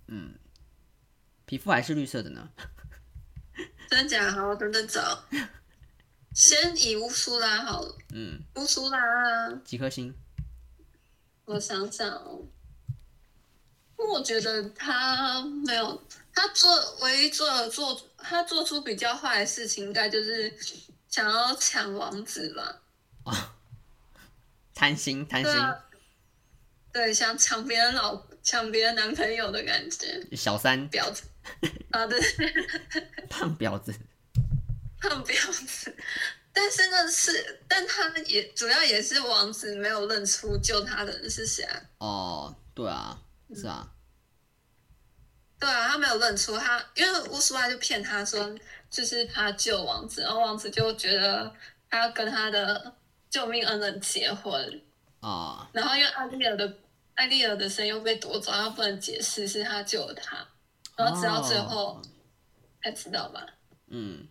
Speaker 1: 嗯，皮肤还是绿色的呢。
Speaker 2: 真假的好，我等等找。先以乌苏拉好了，
Speaker 1: 嗯，
Speaker 2: 乌苏拉啊，
Speaker 1: 几颗星？
Speaker 2: 我想想哦，因为我觉得他没有，他做唯一做的做他做出比较坏的事情，应该就是想要抢王子吧？
Speaker 1: 贪心，贪
Speaker 2: 对
Speaker 1: 心，
Speaker 2: 啊，对，想抢别人老抢别人男朋友的感觉，
Speaker 1: 小三，
Speaker 2: 婊子啊，对，
Speaker 1: 胖婊子。
Speaker 2: 胖婊子。但是呢，是，但他也主要也是王子没有认出救他的人是谁啊？
Speaker 1: 哦，对啊，是啊，
Speaker 2: 对啊，他没有认出他，因为乌苏拉就骗他说，就是他救王子，然后王子就觉得他要跟他的救命恩人结婚，
Speaker 1: 哦，
Speaker 2: 然后因为艾丽尔的艾丽尔的神又被夺走，他不能解释是他救了他，然后直到最后
Speaker 1: 哦
Speaker 2: 才知道吧。
Speaker 1: 嗯，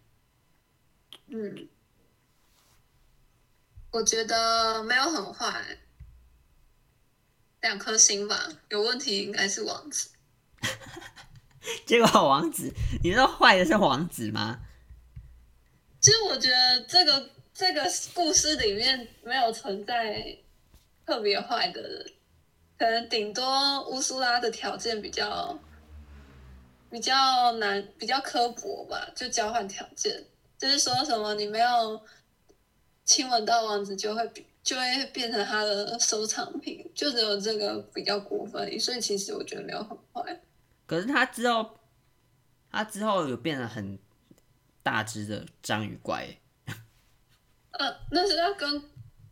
Speaker 2: 嗯，我觉得没有很坏，两颗星吧。有问题应该是王子，
Speaker 1: 结果王子，你说坏的是王子吗？
Speaker 2: 其实我觉得这个这个故事里面没有存在特别坏的人，可能顶多乌苏拉的条件比较比较难，比较刻薄吧，就交换条件，就是说什么你没有亲吻到王子就会比就会变成他的收藏品，就只有这个比较过分，所以其实我觉得没有很坏。
Speaker 1: 可是他之后，他之后有变得很大只的章鱼怪耶，
Speaker 2: 呃，那是要跟，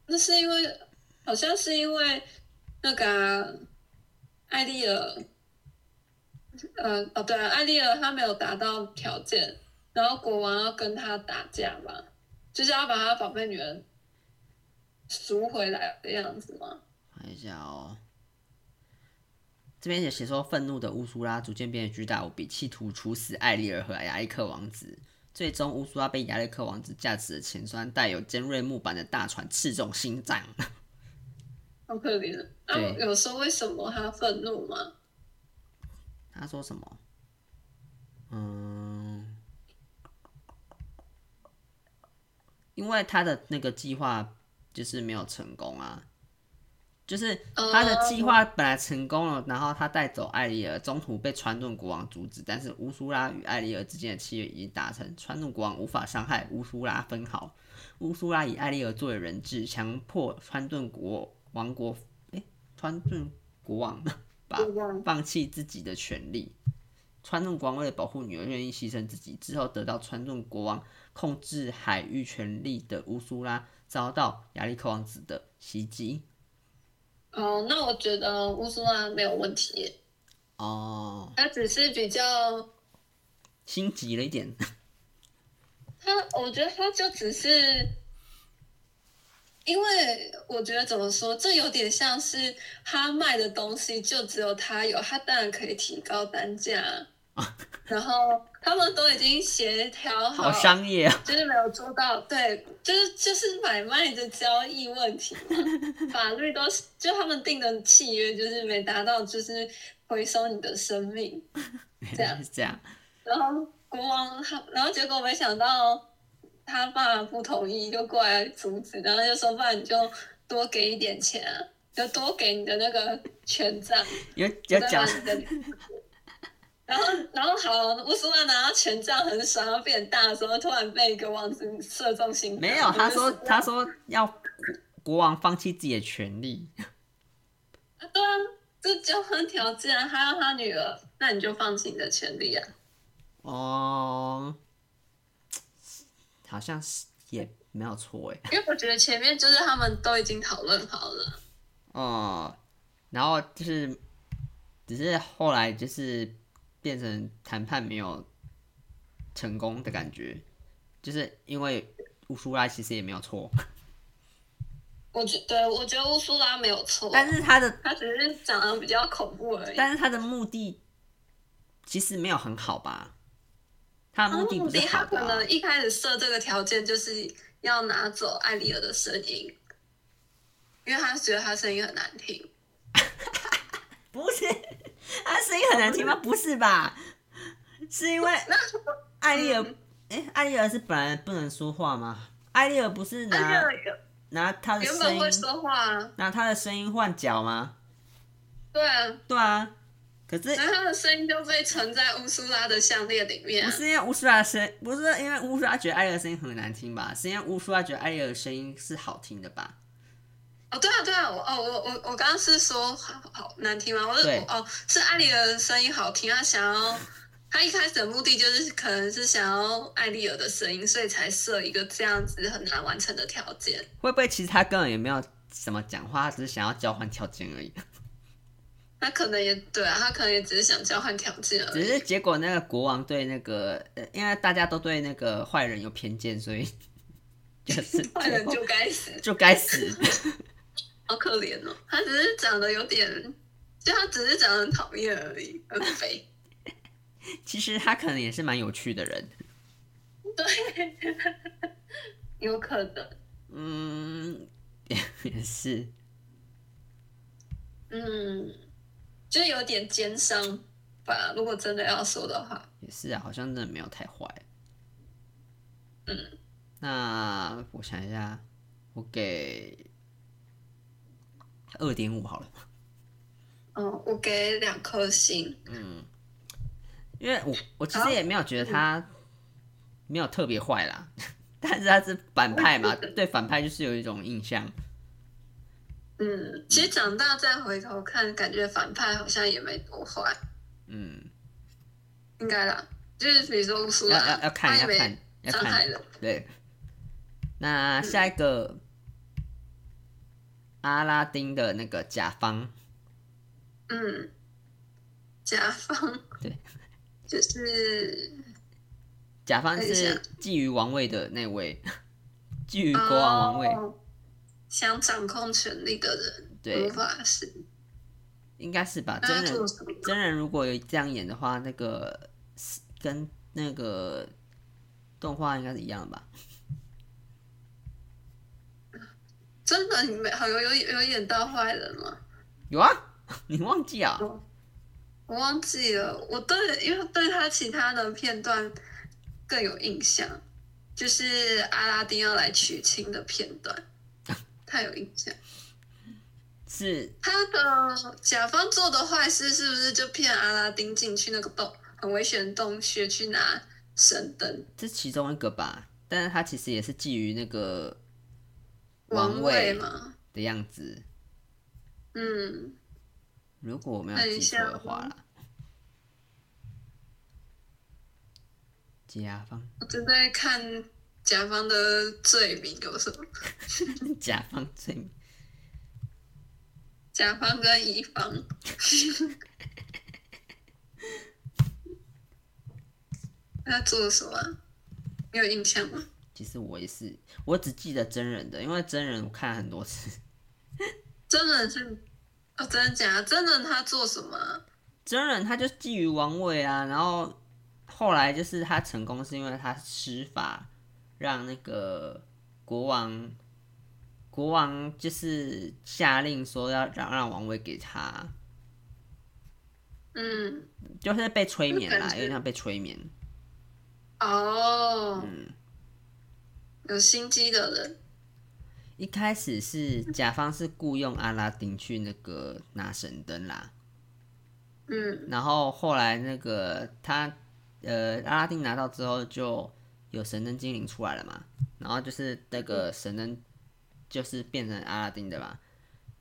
Speaker 2: 那是因为好像是因为那个啊、艾丽尔，呃，哦对、啊，艾丽尔她没有达到条件，然后国王要跟她打架嘛，就是要把她宝贝女人赎回来的样子嘛。
Speaker 1: 看一下哦。这边也写说，愤怒的乌苏拉逐渐变得巨大无比，企图处死艾丽尔和亚历克王子。最终，乌苏拉被亚历克王子驾驶的前端带有尖锐木板的大船刺中心脏。
Speaker 2: 好可怜，那、
Speaker 1: 对
Speaker 2: 有说为什么她愤怒吗？
Speaker 1: 他说什么？嗯，因为他的那个计划就是没有成功啊。就是他的计划本来成功了，然后他带走艾丽尔，中途被川顿国王阻止，但是乌苏拉与艾丽尔之间的契约已经达成，川顿国王无法伤害乌苏拉分毫。乌苏拉以艾丽尔作为人质，强迫川顿国王国，哎、川顿国王吧
Speaker 2: 国王，
Speaker 1: 放弃自己的权利。川顿国王为了保护女儿，愿意牺牲自己，之后得到川顿国王控制海域权力的乌苏拉遭到亚历克王子的袭击。
Speaker 2: 哦，那我觉得乌苏拉没有问题耶，
Speaker 1: 哦，
Speaker 2: 他只是比较
Speaker 1: 心急了一点。
Speaker 2: 他，我觉得他就只是，因为我觉得怎么说，这有点像是他卖的东西就只有他有，他当然可以提高单价。然后他们都已经协调
Speaker 1: 啊好商业啊！
Speaker 2: 就是没有做到，对，就是就是买卖的交易问题嘛，法律都是就他们定的契约，就是没达到，就是回收你的生命，这样
Speaker 1: 是这样，
Speaker 2: 然后国王他，然后结果没想到他爸不同意，就过来阻止，然后就说不然你就多给一点钱、啊，就多给你的那个权杖，
Speaker 1: 有有
Speaker 2: 再
Speaker 1: 讲
Speaker 2: 把你的。然后，然后好，乌苏拉拿到权杖很爽，然后变大的时候，突然被一个王子射中心脏。
Speaker 1: 没有？他说
Speaker 2: 就是
Speaker 1: 他说要国国王放弃自己的权利，
Speaker 2: 啊对啊，这交换条件啊，他要他女儿，那你就放弃你的权利啊。
Speaker 1: 哦，好像是也没有错哎，
Speaker 2: 因为我觉得前面就是他们都已经讨论好了。
Speaker 1: 哦，然后就是只是后来就是变成谈判没有成功的感觉，就是因为乌苏拉其实也没有
Speaker 2: 哦
Speaker 1: 错，
Speaker 2: 我觉对，我觉得乌苏拉没有错，
Speaker 1: 但是他的
Speaker 2: 他只是长得比较恐怖而已。
Speaker 1: 但是他的目的其实没有很好吧？他的目的不是好
Speaker 2: 他
Speaker 1: 的
Speaker 2: 可
Speaker 1: 啊、
Speaker 2: 能一开始设这个条件就是要拿走艾丽尔的声音，因为他觉得他声音很难听。
Speaker 1: 不是，他声音很难听吗？不是吧？是因为
Speaker 2: 那
Speaker 1: 艾丽
Speaker 2: 嗯
Speaker 1: 尔，哎、艾丽尔是本来不能说话吗？艾丽尔不是
Speaker 2: 艾丽
Speaker 1: 拿
Speaker 2: 尔原
Speaker 1: 拿她的
Speaker 2: 原
Speaker 1: 声
Speaker 2: 本
Speaker 1: 音
Speaker 2: 会说话啊，
Speaker 1: 拿她的声音换脚吗？
Speaker 2: 对啊，
Speaker 1: 对啊，可是
Speaker 2: 然后他的声音就被存在乌苏拉的项链里面
Speaker 1: 不
Speaker 2: 啊。
Speaker 1: 是因为乌苏拉的声，不是因为乌苏拉觉得艾丽尔的声音很难听吧？是因为乌苏拉觉得艾丽尔的声音是好听的吧？
Speaker 2: 哦，对啊，对啊，我哦，我我我刚刚是说好好难听吗？我是
Speaker 1: 对
Speaker 2: 我哦，是艾丽尔的声音好听，他想要，他一开始的目的就是可能是想要艾丽尔的声音，所以才设一个这样子很难完成的条件。
Speaker 1: 会不会其实他根本也没有怎么讲话，他只是想要交换条件而已？
Speaker 2: 他可能也对啊，他可能也只是想交换条件而
Speaker 1: 只
Speaker 2: 已。
Speaker 1: 是结果那个国王对那个，呃因为大家都对那个坏人有偏见，所以 就是
Speaker 2: 坏人就该死，
Speaker 1: 就该死。
Speaker 2: 好可怜哦。他只是长得有点，就他只是长得很讨厌而已，很肥。
Speaker 1: 其实他可能也是蛮有趣的人，
Speaker 2: 对，有可能。
Speaker 1: 嗯， 也是，
Speaker 2: 嗯，就有点奸商吧。如果真的要说的话，
Speaker 1: 也是啊，好像真的没有太坏。
Speaker 2: 嗯
Speaker 1: 那我想一下，我给二点五好了。
Speaker 2: 嗯，我给两颗星。
Speaker 1: 因为我我其实也没有觉得
Speaker 2: 嗯
Speaker 1: 他没有特别坏啦， 但是他是反派嘛，对反派就是有一种印象。
Speaker 2: 嗯，其实长大再回头看，感觉反派好像也没多坏，
Speaker 1: 嗯，
Speaker 2: 应该啦。就是比如说乌苏
Speaker 1: 要要
Speaker 2: 拉，
Speaker 1: 要看
Speaker 2: 他也
Speaker 1: 要
Speaker 2: 没
Speaker 1: 看要
Speaker 2: 伤害嗯
Speaker 1: 看，
Speaker 2: 人。
Speaker 1: 对。那下一个、阿拉丁的那个甲方，
Speaker 2: 嗯，甲方
Speaker 1: 对，
Speaker 2: 就是
Speaker 1: 甲方
Speaker 2: 等一
Speaker 1: 是
Speaker 2: 下
Speaker 1: 觊觎王位的那位， 觊觎国王王位，
Speaker 2: 哦想掌控权力的人，
Speaker 1: 对
Speaker 2: 无，法是。
Speaker 1: 应该是吧？
Speaker 2: 那
Speaker 1: 真
Speaker 2: 他
Speaker 1: 人
Speaker 2: 做什么？
Speaker 1: 真人如果有这样演的话，那个跟那个动画应该是一样的吧？
Speaker 2: 真的你没好有有有演到坏人吗？
Speaker 1: 有啊， 你忘记啊？
Speaker 2: 我忘记了，我对因为对他其他的片段更有印象，就是阿拉丁要来娶亲的片段，太有印象。
Speaker 1: 是
Speaker 2: 他的甲方做的坏事是不是就骗阿拉丁进去那个洞很危险的洞穴去拿神灯？
Speaker 1: 这其中一个吧，但是它其实也是基于那个
Speaker 2: 王
Speaker 1: 位
Speaker 2: 位嘛，
Speaker 1: 的样子，
Speaker 2: 嗯，
Speaker 1: 如果我没
Speaker 2: 等
Speaker 1: 有
Speaker 2: 一
Speaker 1: 记错
Speaker 2: 下
Speaker 1: 的话
Speaker 2: 哦
Speaker 1: 啦。甲 方，
Speaker 2: 我正在看甲方的罪名有什么，
Speaker 1: 甲方罪名，
Speaker 2: 甲方跟乙方。 他做了什么啊？你有印象吗？
Speaker 1: 其实我也是，我只记得真人的，因为真人我看了很多次。
Speaker 2: 真人是哦，真的假的？真人他做什么啊？
Speaker 1: 真人他就觊觎王位啊，然后后来就是他成功是因为他施法让那个国王，国王就是下令说要让让王位给他，
Speaker 2: 嗯，
Speaker 1: 就是被催眠
Speaker 2: 就
Speaker 1: 啦，
Speaker 2: 感觉
Speaker 1: 有点像被催眠。
Speaker 2: 哦，有心机的人，
Speaker 1: 一开始是甲方是雇佣阿拉丁去那个拿神灯啦，
Speaker 2: 嗯，
Speaker 1: 然后后来那个他呃阿拉丁拿到之后就有神灯精灵出来了嘛，然后就是那个神灯就是变成阿拉丁的嘛，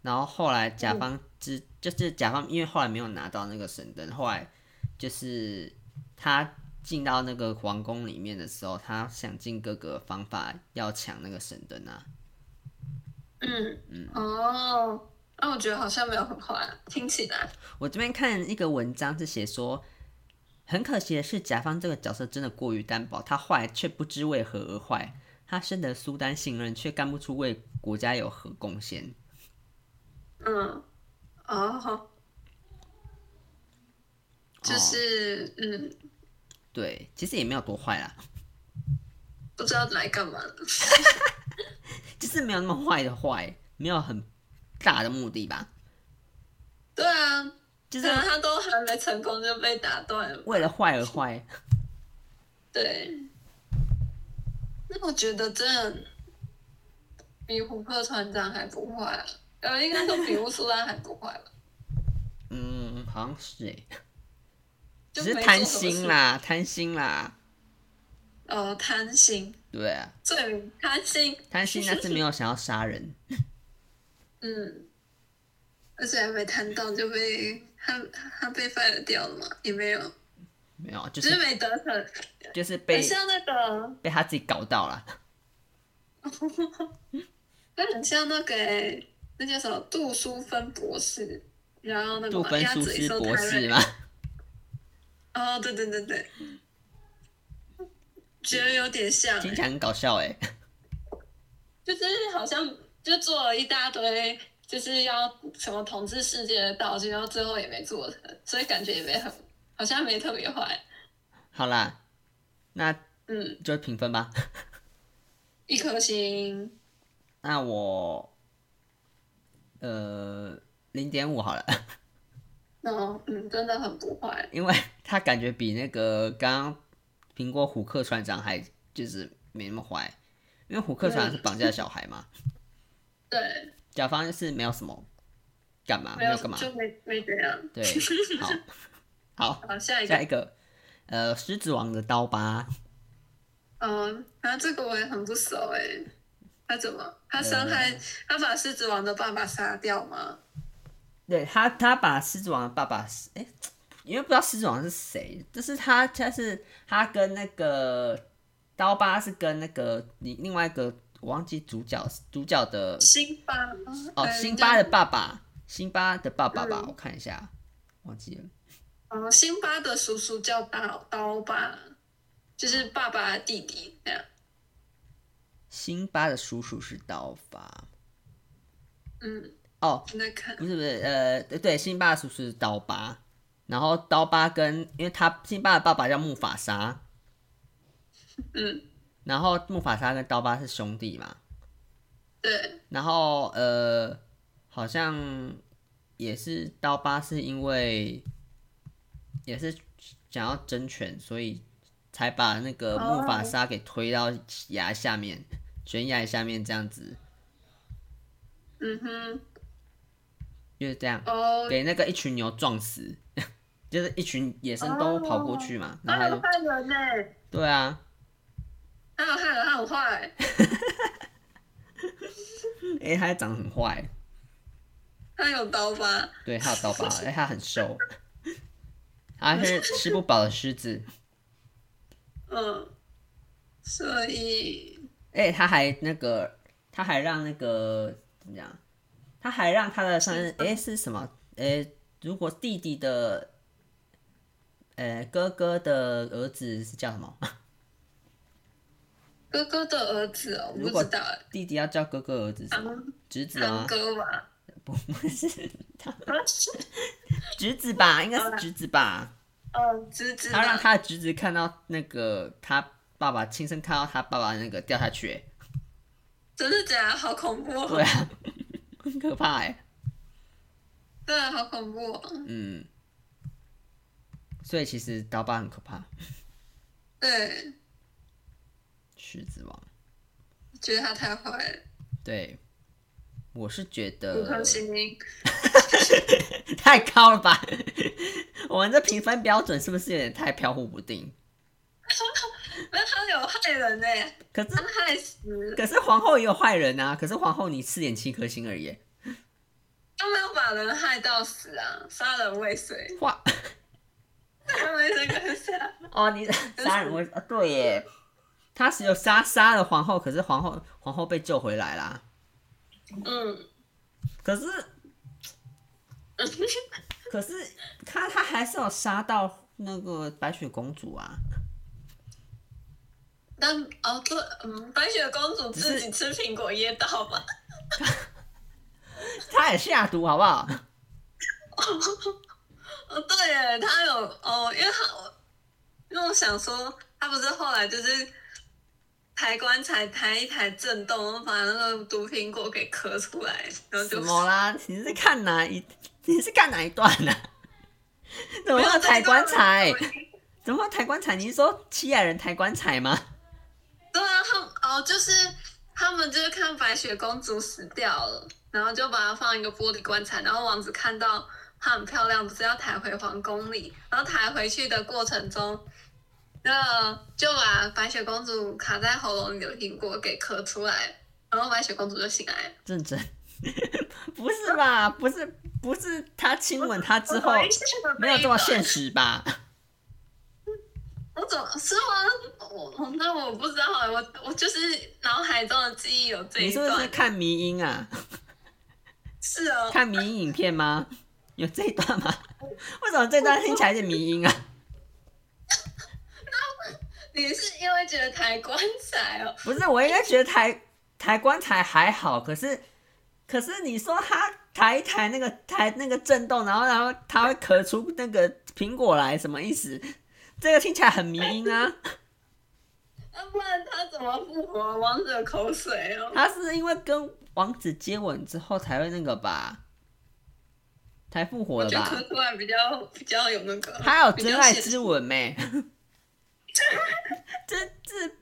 Speaker 1: 然后后来甲方之、就是甲方因为后来没有拿到那个神灯，后来就是他进到那个皇宫里面的时候，他想尽各个方法要抢那个神灯啊，
Speaker 2: 嗯，哦，那我觉得好像没有很坏、啊，听起来，
Speaker 1: 我这边看一个文章是写说，很可惜的是，甲方这个角色真的过于单薄，他坏却不知为何而坏，他深得苏丹信任，却干不出为国家有何贡献。
Speaker 2: 嗯，哦，就是，嗯，
Speaker 1: 对，其实也没有多坏啦，
Speaker 2: 不知道来干嘛的，
Speaker 1: 就是没有那么坏的坏，没有很大的目的吧，
Speaker 2: 对啊，
Speaker 1: 就是
Speaker 2: 可能他都还没成功就被打断了，
Speaker 1: 为了坏而坏。
Speaker 2: 对。那我觉得真的比胡克船长还不坏、啊，呃，应该说比乌苏拉还不坏吧，
Speaker 1: 嗯，好像是诶，
Speaker 2: 就
Speaker 1: 只是
Speaker 2: 没
Speaker 1: 贪
Speaker 2: 做什么
Speaker 1: 心
Speaker 2: 事，
Speaker 1: 啦，贪心啦，
Speaker 2: 哦，贪心。
Speaker 1: 对啊，
Speaker 2: 最贪心，
Speaker 1: 贪心但是没有想要杀人。
Speaker 2: 嗯，而且还没谈到就被他他被 fire 掉了嘛，也没有，
Speaker 1: 没有，就
Speaker 2: 只是
Speaker 1: 是
Speaker 2: 没得逞，
Speaker 1: 就是
Speaker 2: 很
Speaker 1: 被
Speaker 2: 像那个，
Speaker 1: 被他自己搞到了。
Speaker 2: 他很像那个、那叫什么杜淑芬博士，然后那个
Speaker 1: 杜
Speaker 2: 嘛
Speaker 1: 芬
Speaker 2: 鸭
Speaker 1: 苏
Speaker 2: 嘴
Speaker 1: 斯
Speaker 2: 兽
Speaker 1: 博
Speaker 2: 泰瑞
Speaker 1: 士，嘛，
Speaker 2: 哦，对对对对，觉得有点像、 欸
Speaker 1: 听起来很搞笑哎。
Speaker 2: 就是好像就做了一大堆，就是要什么统治世界的道具，然后最后也没做成，所以感觉也没很，好像没特别坏。
Speaker 1: 好啦，那
Speaker 2: 嗯，
Speaker 1: 就评分吧。
Speaker 2: 一颗星，
Speaker 1: 那我呃零点五好了，
Speaker 2: 然后嗯，真的很不坏。
Speaker 1: 因为他感觉比那个刚刚评过虎克船长还就是没那么坏，因为虎克船长是绑架小孩嘛，
Speaker 2: 对，
Speaker 1: 甲方就是没有什么干嘛，
Speaker 2: 没
Speaker 1: 啊没
Speaker 2: 有
Speaker 1: 有干嘛。
Speaker 2: 就没没怎样。
Speaker 1: 对，好，好，
Speaker 2: 好，下一
Speaker 1: 下
Speaker 2: 个
Speaker 1: 一，个，呃，狮子王的刀疤，
Speaker 2: 嗯，然后这个我也很不熟哎、他怎么？他伤
Speaker 1: 呃
Speaker 2: 害、他把狮子王的爸爸杀掉吗？
Speaker 1: 对他，他把狮子王的爸爸是，哎、因为不知道狮子王是谁，就是他，他是他跟那个刀疤是跟那个你另外一个我忘记主角主角的
Speaker 2: 辛巴呃
Speaker 1: 哦，辛巴的爸爸，辛巴的爸爸吧，我看一下，忘记了，
Speaker 2: 哦，辛巴的叔叔叫刀刀疤，就是爸爸的弟弟这样。
Speaker 1: 辛巴的叔叔是刀疤，
Speaker 2: 嗯，
Speaker 1: 哦，
Speaker 2: 你在看
Speaker 1: 不是不是，呃，对对，辛巴的叔叔是刀疤，然后刀疤跟因为他辛巴的爸爸叫木法沙，
Speaker 2: 嗯，
Speaker 1: 然后木法沙跟刀疤是兄弟嘛。
Speaker 2: 对，
Speaker 1: 然后呃，好像也是刀疤是因为也是想要争权，所以才把那个
Speaker 2: 哦
Speaker 1: 木法沙给推到崖下面，悬崖下面这样子。
Speaker 2: 嗯哼，
Speaker 1: 就是这样，
Speaker 2: 哦，
Speaker 1: 给那个一群牛撞死，就是一群野生动物跑过去嘛，然
Speaker 2: 他
Speaker 1: 后他
Speaker 2: 很
Speaker 1: 就
Speaker 2: 害人呢、
Speaker 1: 对啊，
Speaker 2: 他很害人，他很坏，
Speaker 1: 诶、它长得很坏，
Speaker 2: 他有刀疤，
Speaker 1: 对，它有刀疤，诶、它很瘦，它是吃不饱的狮子，
Speaker 2: 嗯，所以
Speaker 1: 诶、它还那个，它还让那个怎么讲，它还让它的上任，诶、是什么？诶、如果弟弟的，呃、哥哥的儿子是叫什么？
Speaker 2: 哥哥的儿子哦，我
Speaker 1: 如
Speaker 2: 不
Speaker 1: 果
Speaker 2: 知道欸，
Speaker 1: 弟弟要叫哥哥儿子什么？侄子
Speaker 2: 堂
Speaker 1: 啊？
Speaker 2: 哥 吧，
Speaker 1: 不是，侄子吧，应该是侄子吧。
Speaker 2: 嗯，侄子吧，
Speaker 1: 他让他的侄子看到那个他爸爸亲身看到他爸爸那个掉下去、欸，
Speaker 2: 真的假的？好恐怖、
Speaker 1: 对
Speaker 2: 哦，
Speaker 1: 啊， 很可怕哎、
Speaker 2: 对啊，好恐怖、哦，
Speaker 1: 嗯，所以其实刀疤很可怕，
Speaker 2: 对，
Speaker 1: 狮子王，
Speaker 2: 觉得他太坏了，
Speaker 1: 对，我是觉
Speaker 2: 五颗
Speaker 1: 得
Speaker 2: 星，
Speaker 1: 太高了吧， 我们这评分标准是不是有点太飘忽不定？
Speaker 2: 那他有害人呢、
Speaker 1: 可是
Speaker 2: 他害死，
Speaker 1: 可是皇后也有坏人啊，可是皇后你四点七颗星而已欸，
Speaker 2: 他没有把人害到死啊，嗯杀人未遂，
Speaker 1: 哇。
Speaker 2: 他没这个下，
Speaker 1: 哦，你 杀人我啊，对耶，他是有杀杀了皇后，可是皇后皇后被救回来啦。
Speaker 2: 嗯，
Speaker 1: 可是可是他他还是有杀到那个白雪公主啊，
Speaker 2: 但哦对，嗯，白雪公主
Speaker 1: 只是
Speaker 2: 自己吃苹果噎到吧？
Speaker 1: 他也下毒好不好？
Speaker 2: 哦，对耶，他有哦，因为他我哦因为我想说，他不哦是后来就是抬棺材抬一抬震动，然后把那个毒苹果给咳出来，然后
Speaker 1: 怎
Speaker 2: 就
Speaker 1: 么啦？你是看哪一？你是看哪一段 呢、啊？怎么要抬棺材？怎么会抬棺材？你是说七矮人抬棺材吗？
Speaker 2: 对啊，他们哦，就是他们就是看白雪公主死掉了，然后就把她放一个玻璃棺材，然后王子看到她很漂亮，不是要抬回皇宫里，然后抬回去的过程中，那就把白雪公主卡在喉咙里的苹果给咳出来，然后白雪公主就醒来了。
Speaker 1: 认真， 不是吧？不是不是，他亲吻她之后
Speaker 2: 我一直觉得
Speaker 1: 没有这么
Speaker 2: 一段
Speaker 1: 现实吧？
Speaker 2: 我怎么是吗？我我那我不知道欸，我我就是脑海中的记忆有这
Speaker 1: 你
Speaker 2: 一
Speaker 1: 是不
Speaker 2: 段，
Speaker 1: 是看迷音啊？
Speaker 2: 是哦，
Speaker 1: 看迷音影片吗？有这一段吗？ 为什么这段听起来是迷音啊？
Speaker 2: 你是因为觉得抬棺材哦，
Speaker 1: 不是，我应该觉得抬抬棺材还好，可是可是你说他抬一抬那个抬那个震动，然后然后他会咳出那个苹果来，什么意思？这个听起来很迷音啊！
Speaker 2: 那不然他怎么复活王子的口水哦？
Speaker 1: 他是因为跟王子接吻之后才会那个吧，才复活
Speaker 2: 我
Speaker 1: 的
Speaker 2: 觉得
Speaker 1: 吧
Speaker 2: 科？出来比较比较有那个，
Speaker 1: 还有
Speaker 2: 比
Speaker 1: 真
Speaker 2: 较
Speaker 1: 爱
Speaker 2: 现实
Speaker 1: 之吻没？ 这这，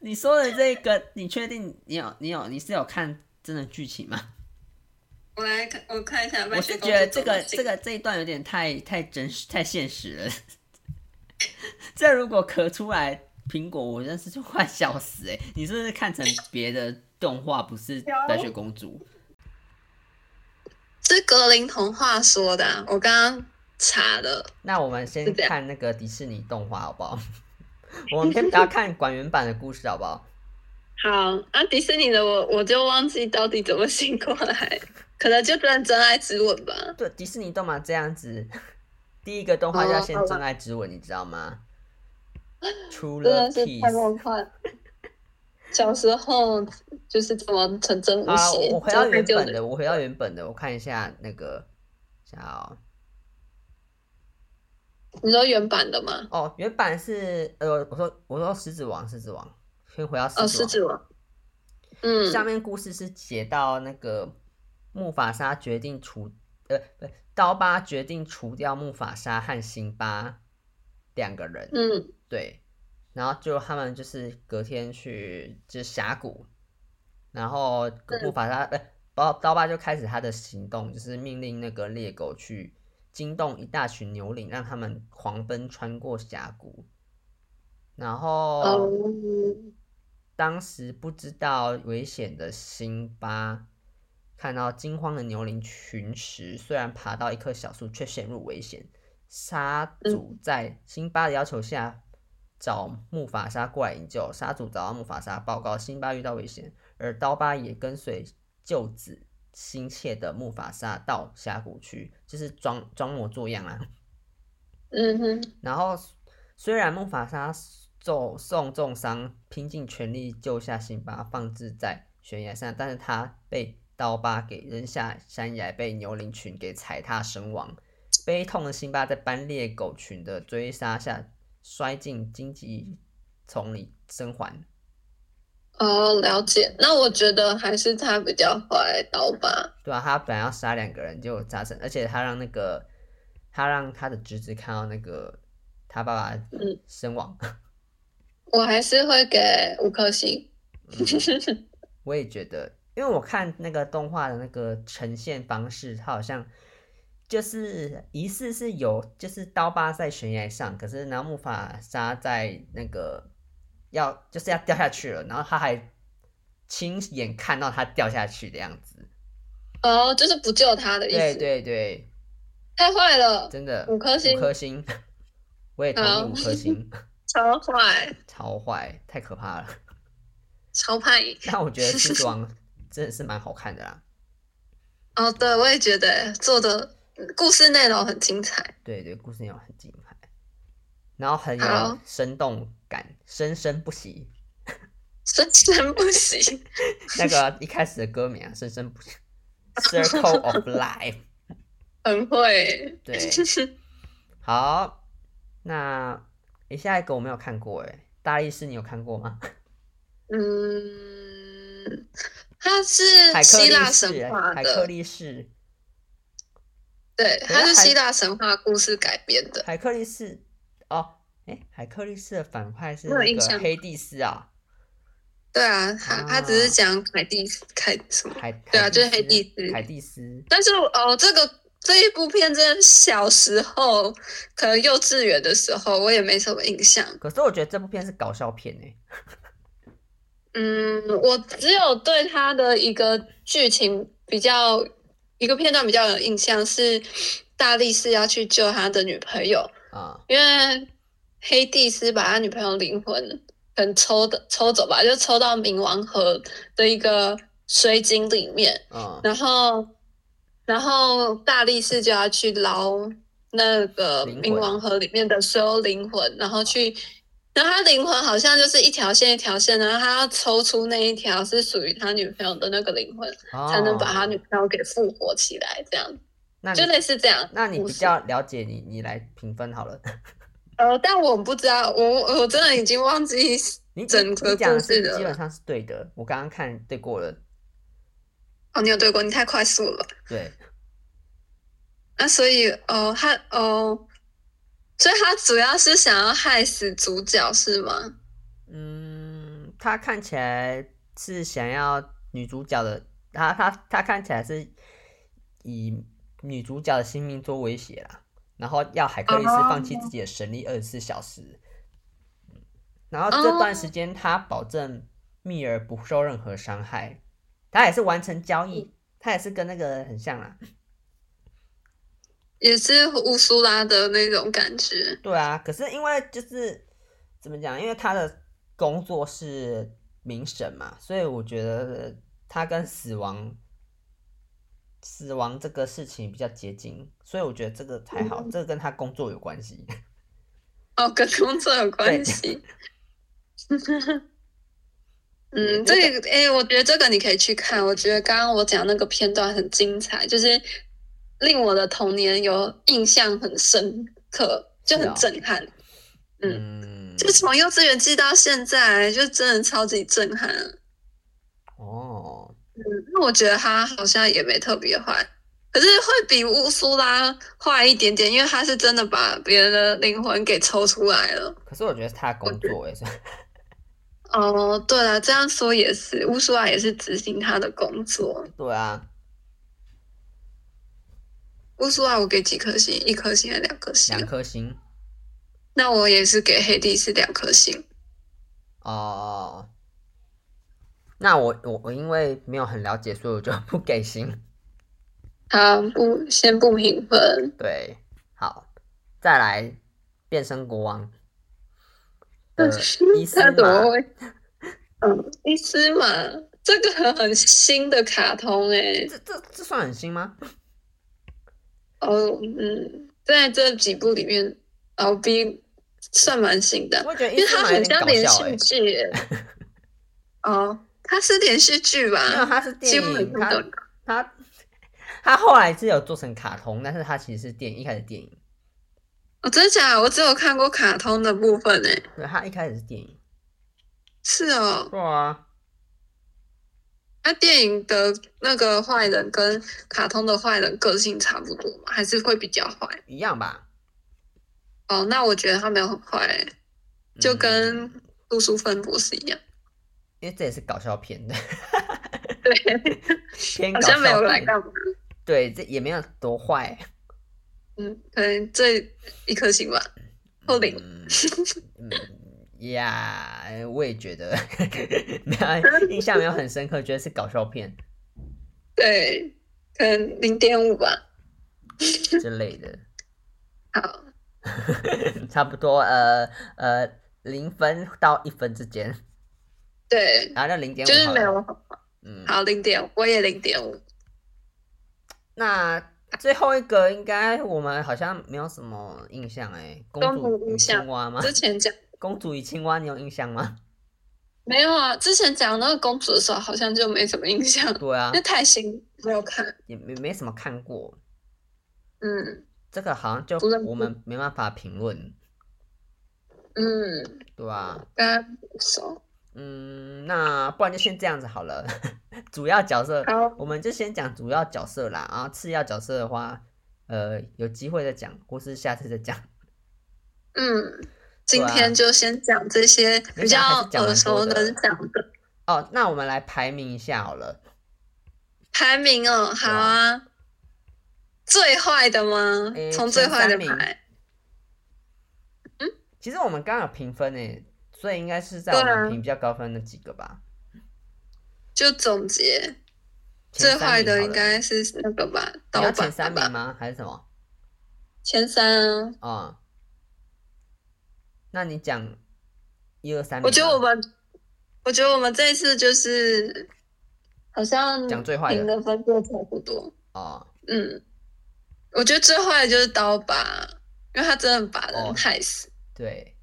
Speaker 1: 你说的这个，你确定你有你有你是有看真的剧情吗？
Speaker 2: 我来看，我看一下。
Speaker 1: 我是觉得这个这，个这一段有点太太真实太现实了。 这如果咳出来苹果，我真是就快笑死哎、你是不是看成别的动画，不是白雪公主？
Speaker 2: 这是格林童话说的啊、我刚刚查的。
Speaker 1: 那我们先
Speaker 2: 是这样
Speaker 1: 看那个迪士尼动画好不好？ 我们 先不要看管原版的故事好不好？
Speaker 2: 好，那、迪士尼的我我就忘记到底怎么醒过来， 可能就真的真爱之吻吧。
Speaker 1: 对，迪士尼动画这样子，第一个动画叫
Speaker 2: 哦
Speaker 1: 《先
Speaker 2: 好吧
Speaker 1: 真爱之吻》，你知道吗？除
Speaker 2: 哦真
Speaker 1: 了
Speaker 2: 的是太
Speaker 1: Kiss，
Speaker 2: 梦幻。小时候就是怎么纯真无
Speaker 1: 啊，
Speaker 2: 邪，
Speaker 1: 我我回
Speaker 2: 怎么
Speaker 1: 到
Speaker 2: 被
Speaker 1: 原
Speaker 2: 救
Speaker 1: 本的，我回到原本的，我看一下那个，想要
Speaker 2: 你说原版的吗？
Speaker 1: 哦，原版是呃，我说我说狮子王，狮子王，先回到
Speaker 2: 哦，
Speaker 1: 狮
Speaker 2: 狮
Speaker 1: 子
Speaker 2: 子王。嗯
Speaker 1: 王，，嗯下面故事是写到那个木法沙决定除呃不刀疤决定除掉木法沙和辛巴两个人，
Speaker 2: 嗯
Speaker 1: 对，然后就他们就是隔天去就是峡谷，然后
Speaker 2: 嗯
Speaker 1: 木法沙呃刀刀疤就开始他的行动，就是命令那个猎狗去惊动一大群牛羚，让他们狂奔穿过峡谷。然
Speaker 2: 哦
Speaker 1: 后当时不知道危险的辛巴看到惊慌的牛羚群时，虽然爬到一棵小树，却陷入危险。沙祖在辛巴的要求下找木法沙过来营救，沙祖找到木法沙报告辛巴遇到危险，而刀疤也跟随救子心切的木法沙到峡谷去，就是装装模作样啊。
Speaker 2: 嗯哼，
Speaker 1: 然后虽然木法沙受受重伤，拼尽全力救下辛巴，放置在悬崖上，但是他被刀疤给扔下山崖，被牛羚群给踩踏身亡。悲痛的辛巴在班列狗群的追杀下，摔进荆棘丛里生还。
Speaker 2: 哦，了解。那我觉得还是他比较坏，刀疤。
Speaker 1: 对啊，他本来要杀两个人，结果杀成，而且他让那个他让他的侄子看到那个他爸爸
Speaker 2: 嗯
Speaker 1: 身亡，
Speaker 2: 我还是会给五颗星。
Speaker 1: 我也觉得，因为我看那个动画的那个呈现方式，它好像就是疑似是有，就是刀疤在悬崖上，可是然后木法沙在那个要就是要掉下去了，然后他还亲眼看到他掉下去的样子。
Speaker 2: 哦，就是不救他 的意
Speaker 1: 对
Speaker 2: 思。
Speaker 1: 对对，
Speaker 2: 太坏了，
Speaker 1: 真的
Speaker 2: 五颗星
Speaker 1: 五颗星，我也同
Speaker 2: 好
Speaker 1: 意五颗 星，
Speaker 2: 超坏，
Speaker 1: 超坏，太可怕了。
Speaker 2: 超派。
Speaker 1: 但我觉 得《狮子王》真的是蛮好看的啦。
Speaker 2: 哦，对，我也觉得做的故事内容很精彩。
Speaker 1: 对对，故事内容很精彩，然后很有
Speaker 2: 好
Speaker 1: 生动感，生生不 息。
Speaker 2: 生生不息，
Speaker 1: 那个一开始的歌名啊，生生不 息，Circle of Life。
Speaker 2: 很会。
Speaker 1: 对，好，那诶，下一个我没有看过诶，大力士你有看过吗？
Speaker 2: 嗯，它是
Speaker 1: 海克
Speaker 2: 希
Speaker 1: 力
Speaker 2: 腊
Speaker 1: 士
Speaker 2: 神
Speaker 1: 诶，
Speaker 2: 话
Speaker 1: 海克
Speaker 2: 的，
Speaker 1: 力士，
Speaker 2: 对，
Speaker 1: 可是
Speaker 2: 它是
Speaker 1: 海
Speaker 2: 希腊神话故事改编的。
Speaker 1: 海克力士哦，诶，海克力士的反派是
Speaker 2: 我有
Speaker 1: 那
Speaker 2: 印
Speaker 1: 个
Speaker 2: 象
Speaker 1: 黑帝斯啊，
Speaker 2: 对啊，它它只
Speaker 1: 啊
Speaker 2: 是讲凯蒂斯凯什么，
Speaker 1: 海
Speaker 2: 对啊
Speaker 1: 海
Speaker 2: 就是黑
Speaker 1: 帝
Speaker 2: 帝斯
Speaker 1: 海帝斯，
Speaker 2: 但是我哦，这个这一部片真的小时候，可能幼稚园的时候，我也没什么印象。
Speaker 1: 可是我觉得这部片是搞笑片诶，
Speaker 2: 嗯，我只有对它的一个剧情比较，一个片段比较有印象是大力士要去救他的女朋友，
Speaker 1: 啊、
Speaker 2: 因为黑帝斯把他女朋友灵魂可能抽的抽走吧，就抽到冥王河的一个水井里面，
Speaker 1: 嗯
Speaker 2: 然后，然后大力士就要去捞那个
Speaker 1: 灵魂
Speaker 2: 冥王河里面的所有灵魂，然后去，然后他灵魂好像就是一条线一条线，然后他要抽出那一条是属于他女朋友的那个灵魂，
Speaker 1: 哦，
Speaker 2: 才能把他女朋友给复活起来，这样
Speaker 1: 那你
Speaker 2: 就类似这样。
Speaker 1: 那你
Speaker 2: 故
Speaker 1: 比
Speaker 2: 事
Speaker 1: 较了解你，你来评分好了。
Speaker 2: 呃，但我不知道，我我真的已经忘记，
Speaker 1: 你
Speaker 2: 整
Speaker 1: 你
Speaker 2: 个
Speaker 1: 你讲的
Speaker 2: 故事
Speaker 1: 是
Speaker 2: 的
Speaker 1: 基本上是对的，我刚刚看对过了。
Speaker 2: 哦，你有对过，你太快速了。
Speaker 1: 对，
Speaker 2: 那所以，哦，他哦，所以他主要是想要害死主角是吗？
Speaker 1: 嗯，他看起来是想要女主角的，他他他看起来是以女主角的性命做威胁啦，然后要海克力斯放弃自己
Speaker 2: 哦
Speaker 1: 的神力二十四小时，然后这段
Speaker 2: 哦
Speaker 1: 时间他保证蜜儿不受任何伤害，他也是完成交
Speaker 2: 嗯
Speaker 1: 易，他也是跟那个很像啦。
Speaker 2: 也是乌苏拉的那种感觉。
Speaker 1: 对啊，可是因为就是怎么讲，因为他的工作是冥神嘛，所以我觉得他跟死亡、死亡这个事情比较接近，所以我觉得这个还好，这个跟他工作有关系。
Speaker 2: 哦，跟工作有关系。 嗯，这个诶、我觉得这个你可以去看。我觉得刚刚我讲那个片段很精彩，就是令我的童年有印象很深刻，就很震撼。
Speaker 1: 嗯，
Speaker 2: 就从幼稚园记到现在，就真的超级震撼。啊
Speaker 1: 哦，
Speaker 2: 那我觉得他好像也没特别坏，可是会比乌苏拉坏一点点，因为他是真的把别人的灵魂给抽出来了。
Speaker 1: 可是我觉得是他的工作哎，所以
Speaker 2: 哦，对了，这样说也是，乌苏拉也是执行他的工作。
Speaker 1: 对啊，
Speaker 2: 乌苏拉我给几颗星？一颗星还是两颗星
Speaker 1: 两？颗星
Speaker 2: 那我也是给黑帝是两颗星。
Speaker 1: 哦。那我我我因为没有很了解，所以我就不给星。
Speaker 2: 好，不，先不评分。
Speaker 1: 对，好，再来变身国王 的呃伊斯
Speaker 2: 他怎么
Speaker 1: 玛，
Speaker 2: 会？嗯，伊斯玛这个很很新的卡通哎、
Speaker 1: 这这这算很新吗？
Speaker 2: 哦，嗯，在这几部里面，哦比算蛮新的，
Speaker 1: 我觉得
Speaker 2: 因
Speaker 1: 伊
Speaker 2: 为
Speaker 1: 斯
Speaker 2: 它
Speaker 1: 玛有
Speaker 2: 很
Speaker 1: 点
Speaker 2: 像
Speaker 1: 搞
Speaker 2: 连
Speaker 1: 笑哎、
Speaker 2: 续剧耶、哦，它是连续剧
Speaker 1: 没有，
Speaker 2: 吧？
Speaker 1: 它是电
Speaker 2: 几乎每
Speaker 1: 影，
Speaker 2: 部
Speaker 1: 它
Speaker 2: 都有。
Speaker 1: 它它后来是有做成卡通，但是它其实是电影，一开始电影，
Speaker 2: 我、哦真假的？我只有看过卡通的部分哎、
Speaker 1: 对，它一开始是电影。
Speaker 2: 是哦，
Speaker 1: 对啊，
Speaker 2: 那电影的那个坏人跟卡通的坏人个性差不多吗？还是会比较坏？
Speaker 1: 一样吧，
Speaker 2: 哦，那我觉得他没有很坏、欸，就
Speaker 1: 嗯
Speaker 2: 跟杜淑芬博士一样，
Speaker 1: 因为这也是搞笑片 的，
Speaker 2: 对，
Speaker 1: 偏
Speaker 2: 好
Speaker 1: 搞
Speaker 2: 像没
Speaker 1: 笑
Speaker 2: 有来
Speaker 1: 片
Speaker 2: 干嘛。
Speaker 1: 对，这也没有多坏，
Speaker 2: 嗯，可能这一颗星吧，后领。
Speaker 1: 嗯嗯呀我也觉得没有印象没有很深刻，觉得是搞笑片
Speaker 2: 对，可能零点五吧。
Speaker 1: 之类的，
Speaker 2: 好，
Speaker 1: 差不多呃呃零分到一分之间，
Speaker 2: 对，
Speaker 1: 然后到零点五
Speaker 2: 就是
Speaker 1: 好
Speaker 2: 没
Speaker 1: 了，
Speaker 2: 有
Speaker 1: 嗯，
Speaker 2: 好零点，我也零点五。
Speaker 1: 那最后一个应该我们好像没有什么印象哎、公
Speaker 2: 都没有
Speaker 1: 主与
Speaker 2: 印象
Speaker 1: 青蛙吗？
Speaker 2: 之前讲
Speaker 1: 公主与青蛙你有印象吗？
Speaker 2: 没有啊，之前讲那个公主的时候，好像就没什么印象，
Speaker 1: 对啊
Speaker 2: 因，为太新没有看。
Speaker 1: 也没没什么看过，
Speaker 2: 嗯
Speaker 1: 这个好像就
Speaker 2: 不认识
Speaker 1: 我们没办法评论，
Speaker 2: 嗯，
Speaker 1: 对吧、
Speaker 2: 跟他不熟。
Speaker 1: 嗯，那不然就先这样子好了。主要角色，
Speaker 2: 好，
Speaker 1: 我们就先讲主要角色啦。然后次要角色的话，呃，有机会再讲，或是下次再讲。
Speaker 2: 嗯，今
Speaker 1: 啊
Speaker 2: 天就先讲这些比较耳熟能详的
Speaker 1: 哦，那我们来排名一下好了。
Speaker 2: 排名哦。好啊，最坏的吗
Speaker 1: 诶？
Speaker 2: 从最坏的
Speaker 1: 前三名
Speaker 2: 排。
Speaker 1: 其实我们刚刚有评分诶，所以应该是在
Speaker 2: 对
Speaker 1: 我
Speaker 2: 啊
Speaker 1: 们评比较高分的几个吧。
Speaker 2: 就总结
Speaker 1: 前
Speaker 2: 最
Speaker 1: 三
Speaker 2: 坏
Speaker 1: 名好
Speaker 2: 的
Speaker 1: 了
Speaker 2: 应该是那个吧，
Speaker 1: 你
Speaker 2: 刀
Speaker 1: 要
Speaker 2: 疤
Speaker 1: 前三名
Speaker 2: 吧，
Speaker 1: 吗？还是什么？
Speaker 2: 前三啊。
Speaker 1: 啊、那你讲一二三名吧。啊
Speaker 2: 我觉得我们，我觉得我们这一次就是好像
Speaker 1: 讲最坏
Speaker 2: 评
Speaker 1: 的
Speaker 2: 的分数差不多。
Speaker 1: 哦
Speaker 2: 嗯，我觉得最坏的就是刀疤，因为他真的把
Speaker 1: 哦
Speaker 2: 人害死。
Speaker 1: 对，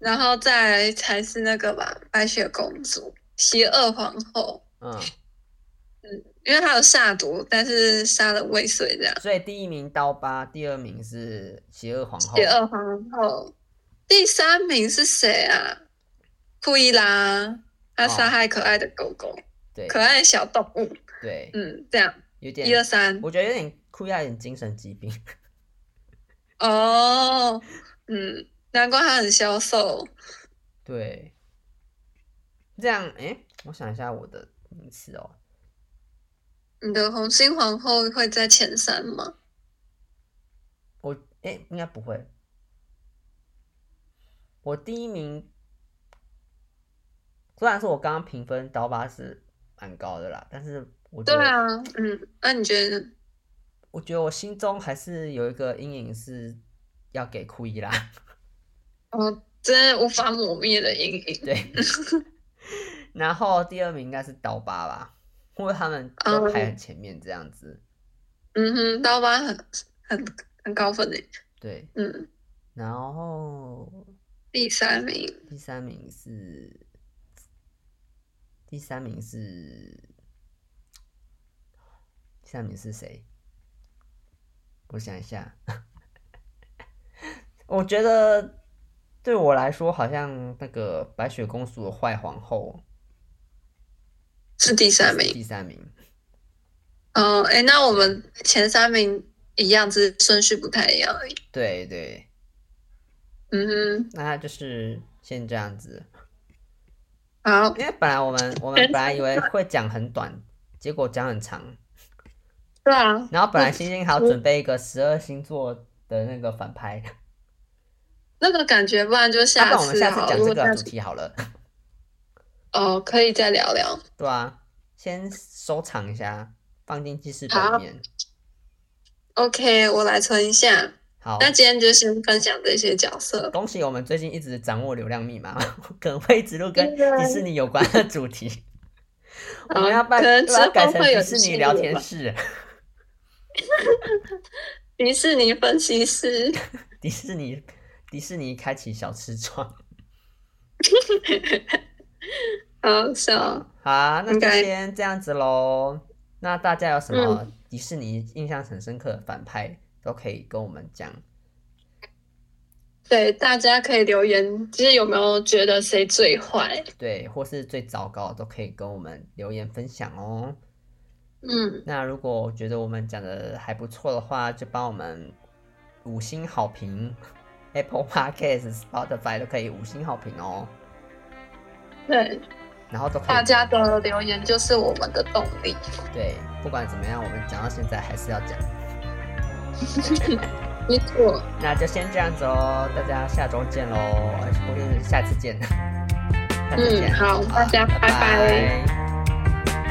Speaker 2: 然后再来才是那个吧，白雪公主、邪恶皇后，
Speaker 1: 嗯，
Speaker 2: 因为她有下毒，但是杀了未遂这样。
Speaker 1: 所以第一名刀疤，第二名是邪恶皇后，
Speaker 2: 第二皇后，第三名是谁啊？库伊拉，他杀害可爱的狗狗，
Speaker 1: 对
Speaker 2: 可爱的小动物。
Speaker 1: 对，
Speaker 2: 嗯，这样
Speaker 1: 有点
Speaker 2: 一二三
Speaker 1: 我觉得有点酷亚有点精神疾病，
Speaker 2: 哦，嗯，难怪他很消瘦。
Speaker 1: 对，这样诶，我想一下我的名次哦，
Speaker 2: 你的红心皇后会在前三吗？
Speaker 1: 我诶，应该不会，我第一名，虽然说我刚刚评分刀疤是蛮高的啦，但是我觉
Speaker 2: 对
Speaker 1: 得、
Speaker 2: 啊，嗯，那、你觉得呢？
Speaker 1: 我觉得我心中还是有一个阴影是要给酷 伊拉，
Speaker 2: 哦，真的无法抹灭的阴影。
Speaker 1: 对， 然后第二名应该是刀疤吧，因为他们都排很前面这样子，
Speaker 2: 嗯哼，刀疤很很很高分诶。
Speaker 1: 对，
Speaker 2: 嗯，
Speaker 1: 然后
Speaker 2: 第三名
Speaker 1: 第三名是，第三名是，第三名是谁？我想一下， 我觉得对我来说，好像那个白雪公主的坏皇后
Speaker 2: 是第三
Speaker 1: 是
Speaker 2: 名。
Speaker 1: 第三名，
Speaker 2: 哦，哎，那我们前三名一样，只是顺序不太一样而已。
Speaker 1: 对对，
Speaker 2: 嗯哼，
Speaker 1: 那就是先这样子。
Speaker 2: 好，
Speaker 1: 因为本来我们我们本来以为会讲很短，结果讲很长。
Speaker 2: 对啊，
Speaker 1: 然后本来星星还要准备一个十二星座的那个反拍，
Speaker 2: 那个感觉，不然就
Speaker 1: 啊那不
Speaker 2: 下
Speaker 1: 然我们
Speaker 2: 次
Speaker 1: 下次
Speaker 2: 好，
Speaker 1: 讲
Speaker 2: 如
Speaker 1: 这
Speaker 2: 果
Speaker 1: 个
Speaker 2: 下
Speaker 1: 主
Speaker 2: 次
Speaker 1: 题好了，
Speaker 2: 哦，可以再聊聊。
Speaker 1: 对啊，先收藏一下，放进记事本
Speaker 2: 好
Speaker 1: 里面。
Speaker 2: OK，我来存一下。
Speaker 1: 好，
Speaker 2: 那今天就先分享这些角色。
Speaker 1: 恭喜我们最近一直掌握流量密码，我可能会一直录跟迪士尼有关的主 题。我们要办，
Speaker 2: 可能之
Speaker 1: 要改
Speaker 2: 后
Speaker 1: 成
Speaker 2: 会有
Speaker 1: 迪士尼聊天室，
Speaker 2: 迪士尼分析师，
Speaker 1: 迪士尼迪士尼开启小吃 窗。
Speaker 2: 好哦笑。
Speaker 1: 好啊，那就
Speaker 2: OK
Speaker 1: 先这样子喽。那大家有什
Speaker 2: 嗯
Speaker 1: 么迪士尼印象很深刻的反派，都可以跟我们讲。
Speaker 2: 对，大家可以留言，就是有没有觉得谁最坏？
Speaker 1: 对，或是最糟糕的都可以跟我们留言分享哦。
Speaker 2: 嗯，
Speaker 1: 那如果觉得我们讲的还不错的话，就帮我们五星好评，Apple Podcast、Spotify 都可以五星好评哦。
Speaker 2: 对，
Speaker 1: 然后都可以
Speaker 2: 大家的留言就是我们的动力。
Speaker 1: 对，不管怎么样，我们讲到现在还是要讲。
Speaker 2: 没错，
Speaker 1: 那就先这样子哦，大家下周见喽，呃不是下次见， 下次见，
Speaker 2: 嗯好大家
Speaker 1: 拜
Speaker 2: 拜拜